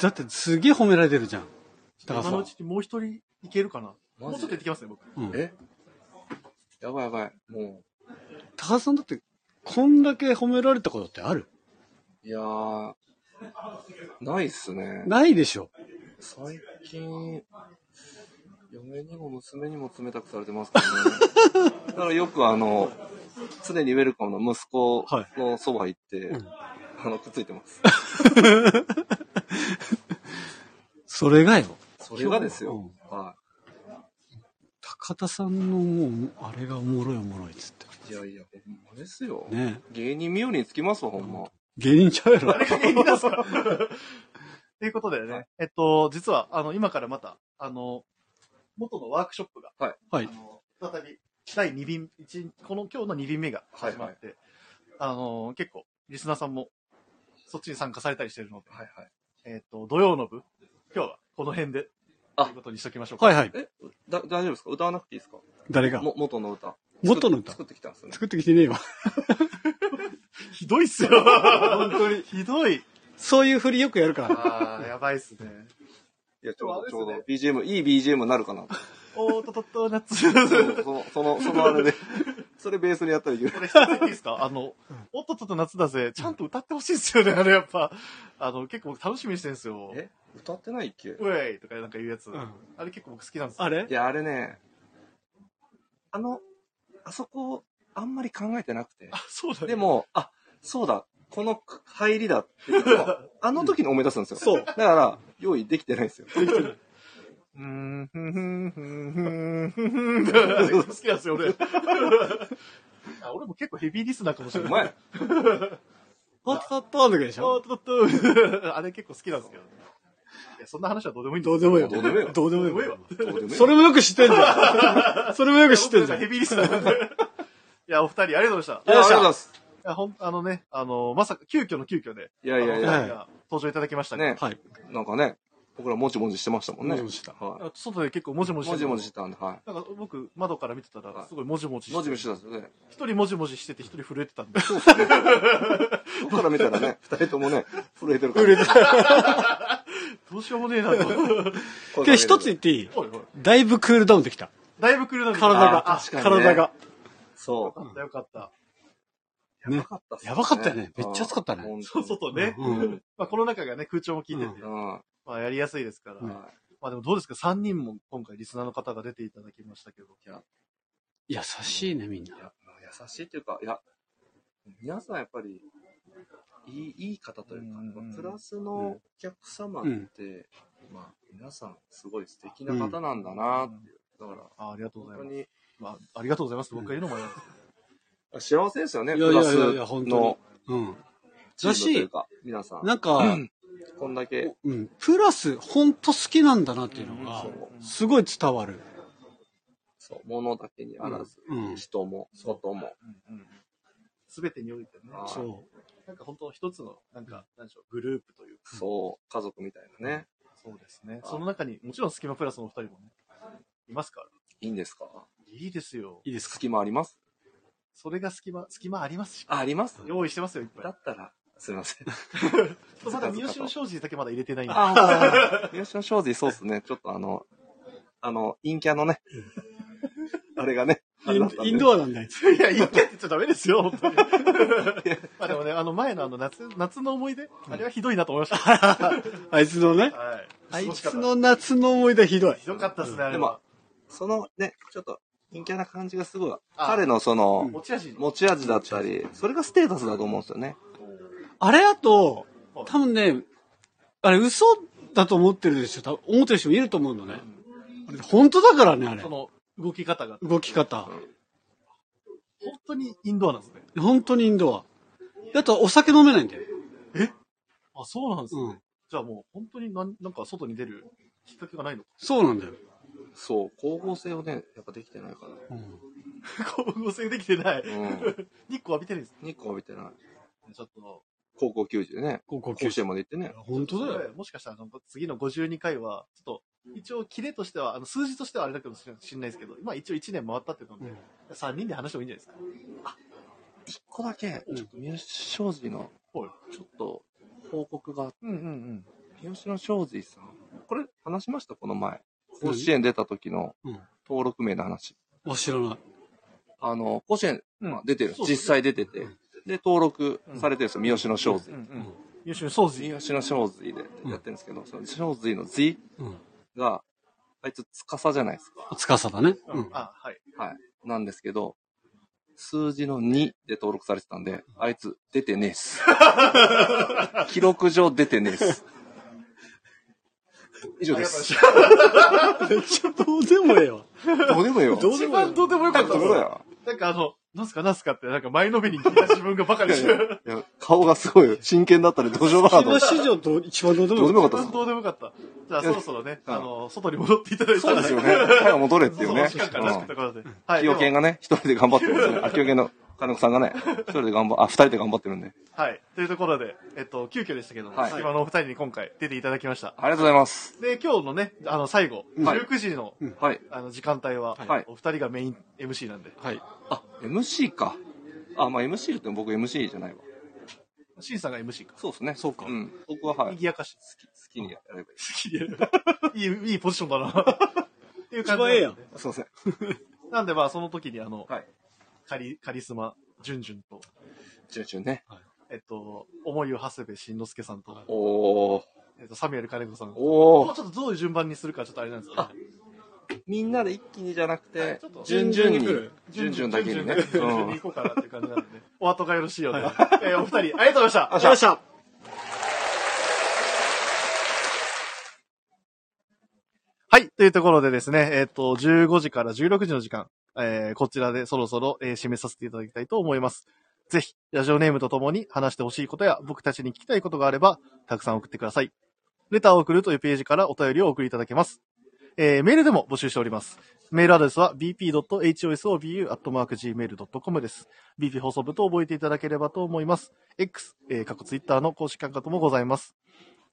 B: だってすげえ褒められてるじゃん。だから
A: 今のう
B: さ
A: ち、にもう一人いけるかなも
C: マ
A: うちょ
C: ジ
A: っと行ってきますね、僕。
B: うん
C: えやばいやばい。も
B: 高田さんだって、こんだけ褒められたことってある
C: う、いやー、ないっすね。
B: ないでしょ。
C: 最近、嫁にも娘にも冷たくされてますからね。だからよくあ の、常にウェルカムの息子のそば行って、
B: うん
C: あの、くっついてます。
B: それがよ。
C: それがですよ。は
B: 高田さんのもう、あれがおもろいおもろいっつっ
C: い。いやいや、ほんまですよ
B: て。。ね
C: 芸人冥利につきますわ、ほんま。
B: 芸人ちゃうやろ。
A: ということでね、えっと、実は、あの、今からまた、あの、元のワークショップが、
B: はい。
A: 再び、第2便、一この今日の2便目が始まって、あの、結構、リスナーさんも、そっちに参加されたりしてるので、
C: はいはい。
A: えっと、土曜の部、今日はこの辺で、
C: あ
A: ということにしときましょうか。
B: はいはい。
C: え、だ、大丈夫ですか歌わなくていいですか
B: 誰が
C: も、元の歌。
B: 元の歌
C: 作ってきたんですよね。
B: 作ってきてねえわ。
A: ひどいっすよ 本当に。ひどい。
B: そういう振りよくやるから。
A: ああ、やばいっすね。
C: いや、ちょうど、ち
A: でも
C: ょ
A: あれ
C: うど、BGM、いい BGM になるかなと。
A: おーととと、夏。
C: そうその、その、そのあれ で、それベースにやったらいいよ。
A: これ、一つ言っていいですかあの、おっとっとっと夏だぜ。ちゃんと歌ってほしいですよね、あれやっぱ。あの、結構僕楽しみにしてるんですよ。
C: え歌ってないっけ
A: ウェイとかなんか言うやつ。
B: うん
A: あれ結構僕好きなんですよ。
B: あれ
C: いや、あれね、あの、あそこ、あんまり考えてなくて。
A: あ、そうだね。
C: で、も、あ、そうだ、この入りだっていうのをあの時に思い出すんですよ。
B: そう
C: だから、用意できてないんですよ。
A: うーん、ふんふんふんふんふんふんふん。好きなんですよ、俺。あ俺も結構ヘビーリスナーかもしれ
C: お
A: ない。
B: パ
C: 前、
B: ッパッパーの時でし
A: お
B: ょ
A: っとっとっと。あれ結構好きなんですけど。いや、そんな話はどうでもいいんです
B: どうでもいい
A: よ
B: わ。
C: どうでもいい
B: ど
C: わ
B: うでもいい
A: どうでもいいわ。
B: わ
C: どうでもい い
B: それもよく知ってんじ ゃん。それもよく知ってんじゃん。
A: ヘビーリスナーなんで。いや、お二人ありがとうございました。
C: いやありがとうございます。
A: や、ほん、あのね、あの、まさか、急遽の急遽で、
C: いやいやい
A: あのお二
C: や、
A: 人が登場いただきましたね。
C: ね、
B: はい。
C: なんかね、僕らもちもちしてましたもんね。
B: もじもじした
C: は
A: あ外で結構もじも
C: い。
A: じ
C: も
A: して
C: じ
A: た
C: もじしてたんで、は
A: なんか僕、窓から見てたら、すごいもじもじし
C: い。
A: て
C: もじもじしてたんですよね。
A: 一人もじもじしてて、一人震えてたんで。
C: 僕から見たらね、二人ともね、震えてるから。震えて
A: どうしようもねえなと。 おい
B: けど一つ言っていい
A: おい
B: だいぶクールダウンできた。
A: だいぶ来るな
B: 体が。
A: あ、
C: 確かにね
B: 体が。
C: そ
A: よかった、よかった。
B: ね。
C: う。
B: やばかったよねめっちゃ暑かったね
C: 本当
A: そう、
C: に
A: 外ね。
B: うん。
A: まあ、この中がね、空調も効いてて、
C: うん。は
A: まあ、やりやすいですから。
B: うん
A: まあ、でもどうですか ?3 人も今回リスナーの方が出ていただきましたけど。
B: 優しいね、みんな。
C: い優しいというか、いや、皆さんやっぱり、いい、いい方というか、まあプラスのお客様って、まあ、皆さんすごい素敵な方なんだなっていう。だから、
A: あありがとうござ
C: 本
A: いま
C: 当
A: す。
C: に、
A: まあ、ありがとうございます。僕が言うのもあります。
C: 幸せですよね、
B: い
C: プ
B: やいや
C: ラ
B: いや
C: ス
B: いや本当に
C: の
B: うん。
C: チームというか、皆さん。
B: なんか、
C: こんだけ。
B: うん。プラス、ほんと好きなんだなっていうのが
C: そう、
B: すごい伝わる。
C: そう、物だけにあらず、
B: うんうん
C: 人も、外も。
A: すべてにおいてね。
C: はい
B: そう。
A: なんか本当一つの、なんか、なんでしょう、グループというか。
C: そう、家族みたいなね。
A: そうですね。その中に、もちろんスキマプラスのお二人もね、いますから。
C: いいんですか
A: いいですよ。
B: いいですか
C: 隙間あります
A: それが隙間、隙間ありますし。
C: あ、あります
A: 用意してますよ、いっ
C: だ
A: ぱい。
C: ったら、すいません。
A: まだ三好の庄司だけまだ入れてないんで。
C: ああ、吉野正治、そうっすね。ちょっとあの、あの、陰キャのね、あれがね、あれだったんで
B: インドアなんだよ。
A: いや、言ってって言っちゃダメですよ、本当に。 まあでもね、あの前のあの夏、夏の思い出、あれはひどいなと思いました。
B: あいつのね。
A: はい。
B: あいつの夏の思い出ひどい。
A: ひどかったですね、あれ
C: でも
A: は。、
C: そのね、ちょっと、陰キャな感じがすごい、
A: あ
C: 彼のその、
A: 持ち味。
C: 持ち味だったり、それがステータスだと思うんですよね。
B: あれだと
A: はい、
B: 多分ね、あれ嘘だと思ってるでしょ。多分思ってる人もいると思うのね。あれ本当だからね、あれ
A: そ。の動き方が。
B: 動き方。
A: 本当にインドアなんですね。
B: 本当にインドア。だとお酒飲めないんだよ。
A: あ、そうなんですね。
B: うん。
A: じゃあもう本当になんなんか外に出るきっかけがないのか。
B: そうなんだよ。
C: そう、光合成をね、やっぱできてないから。
B: うん
A: 光合成できてない。
C: うん
A: 日光浴びてるんです
C: 日光浴びてない。
A: ね。ちょっと。
C: 高校球児でね、
B: 高校
C: 甲
B: 球
C: 子園まで行ってね。
B: 本当だよ。
A: もしかしたらあの次の52回は、ちょっと、一応、キレとしては、あの数字としてはあれだけどしんないですけど、今一応1年回ったっていうので、3人で話してもいいんじゃないですか。
C: 一個だけ、ちょっと三好正治の、
A: はい
C: ちょっと、報告があって、
A: うんうんうん。
C: 三好の正治さん。これ、話しましたこの前。甲子園出た時の
B: うん
C: 登録名の話。
B: あ、知らない。
C: あの、甲子園、
A: うん
C: まあ、出てる、
A: そう
C: 実際出てて。で、登録されてるんですよ、三好の正治。
A: 優秀掃除。
C: 三好の正治でやってるんですけど、その正治の字
B: うん。
C: が、あいつ、司じゃないですか。
B: つかさだね。うん。
A: あ、はい。
C: はい。なんですけど、数字の2で登録されてたんで、あいつ出てねえ っす。記録上出てねえっす。以上です。
B: めっちゃどうでもええわ。
C: どうでもよ。
B: どうで
A: 一
B: もえ
A: 番どうでもよかった
C: どうでもよ。
A: なんかあの、なんすかなんすかって、なんか前のめりに聞いた自分がバカでしょ。
C: いや顔がすごい真剣だったり、どうしようもなかった
B: 今。史上どう一番どうでも
C: どうで
B: よかっ
C: もよ
A: 一
C: かった
A: 番
C: です。
A: どうでもよかった。じゃあ
C: いや
A: そろそろね、あの、外に戻っていただいた
C: そう
A: ら
C: ですよね。早く戻れっていう
A: そう、
C: ね
A: お時。間からしくところで。はい。
C: 清健
A: で
C: がね、一人で頑張ってるんですね。あ、清健の金子さんがね、一人で頑張、あ、二人で頑張ってるんで。
A: ははい。というところで、えっと、急遽でしたけども、
C: はい
A: 今のお二人に今回出ていただきました。
C: ありがとうございます。
A: で、今日のね、あの、最後、
C: はい
A: 19時の、
C: はい。
A: あの、時間帯は、
C: はい
A: お二人がメイン MC なんで、
B: た。はい。
C: あ、MC か。あ、まあ MC って僕 MC じゃないわ。
A: シンさんが MC か。
C: そうですね。そう
B: か
C: ん。僕ははい。
A: 賑やかし。
C: 好きにやればいい。
A: いい、いいポジションだな。 っていう感じなん
B: 一番ええ
A: で
B: やん。
C: すいません。
A: なんでまあ、その時にあの、
C: はい。
A: カリ、カリスマ、ジュンジュンと、
C: チュンチュンね。
A: えっと、思いを長谷部慎之介さんと、
C: おー。
A: えっと、サミュエル金子さん。も
C: お
A: う
C: ー。
A: ちょっとどういう順番にするかちょっとあれなんですけど、
C: みんなで一気にじゃなくて
A: ちょっと、
C: 順々
B: 順々
C: に
B: に来る、
C: 順々だけにね。
A: 順々順々
C: う
A: に
C: ん
A: 行こうかなっていう感じなんで、ね、お後がよろしいようで、えーお二人、ありがとうございました。
B: ありがとうございました。
A: はい。というところでですね、えっ、と、15時から16時の時間、えーこちらでそろそろ、えー締めさせていただきたいと思います。ぜひ、ラジオネームとともに話してほしいことや、僕たちに聞きたいことがあれば、たくさん送ってください。レターを送るというページからお便りをお送りいただけます。えーメールでも募集しております。メールアドレスは bp.hosobu.gmail.com です。bp 放送部と覚えていただければと思います。X、えー、過去 Twitter の公式アカウントもございます。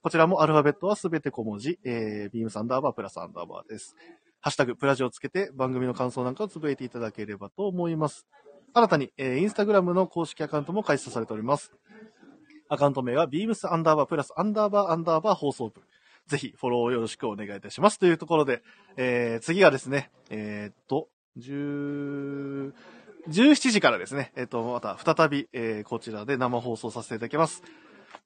A: こちらもアルファベットはすべて小文字、えー、ビームサンダーバープラスアンダーバーです。ハッシュタグ、プラジをつけて番組の感想なんかをつぶえていただければと思います。新たに、えー、インスタグラムの公式アカウントも開設されております。アカウント名は beams アンダーバープラスアンダーバーアンダーバー放送部。ぜひフォローをよろしくお願いいたします。というところで、えー、次がですね、えーっと、10 17時からですね、えーっと、また再び、えーこちらで生放送させていただきます。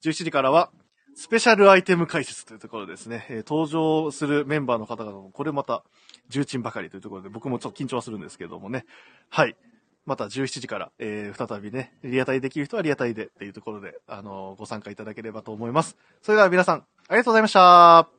A: 17時からは、スペシャルアイテム解説というところですね、えー登場するメンバーの方々も、これまた、重鎮ばかりというところで、僕もちょっと緊張はするんですけどもね。はい。また17時から、えー再びね、リアタイできる人はリアタイでっていうところで、あのーご参加いただければと思います。それでは皆さん、ありがとうございました。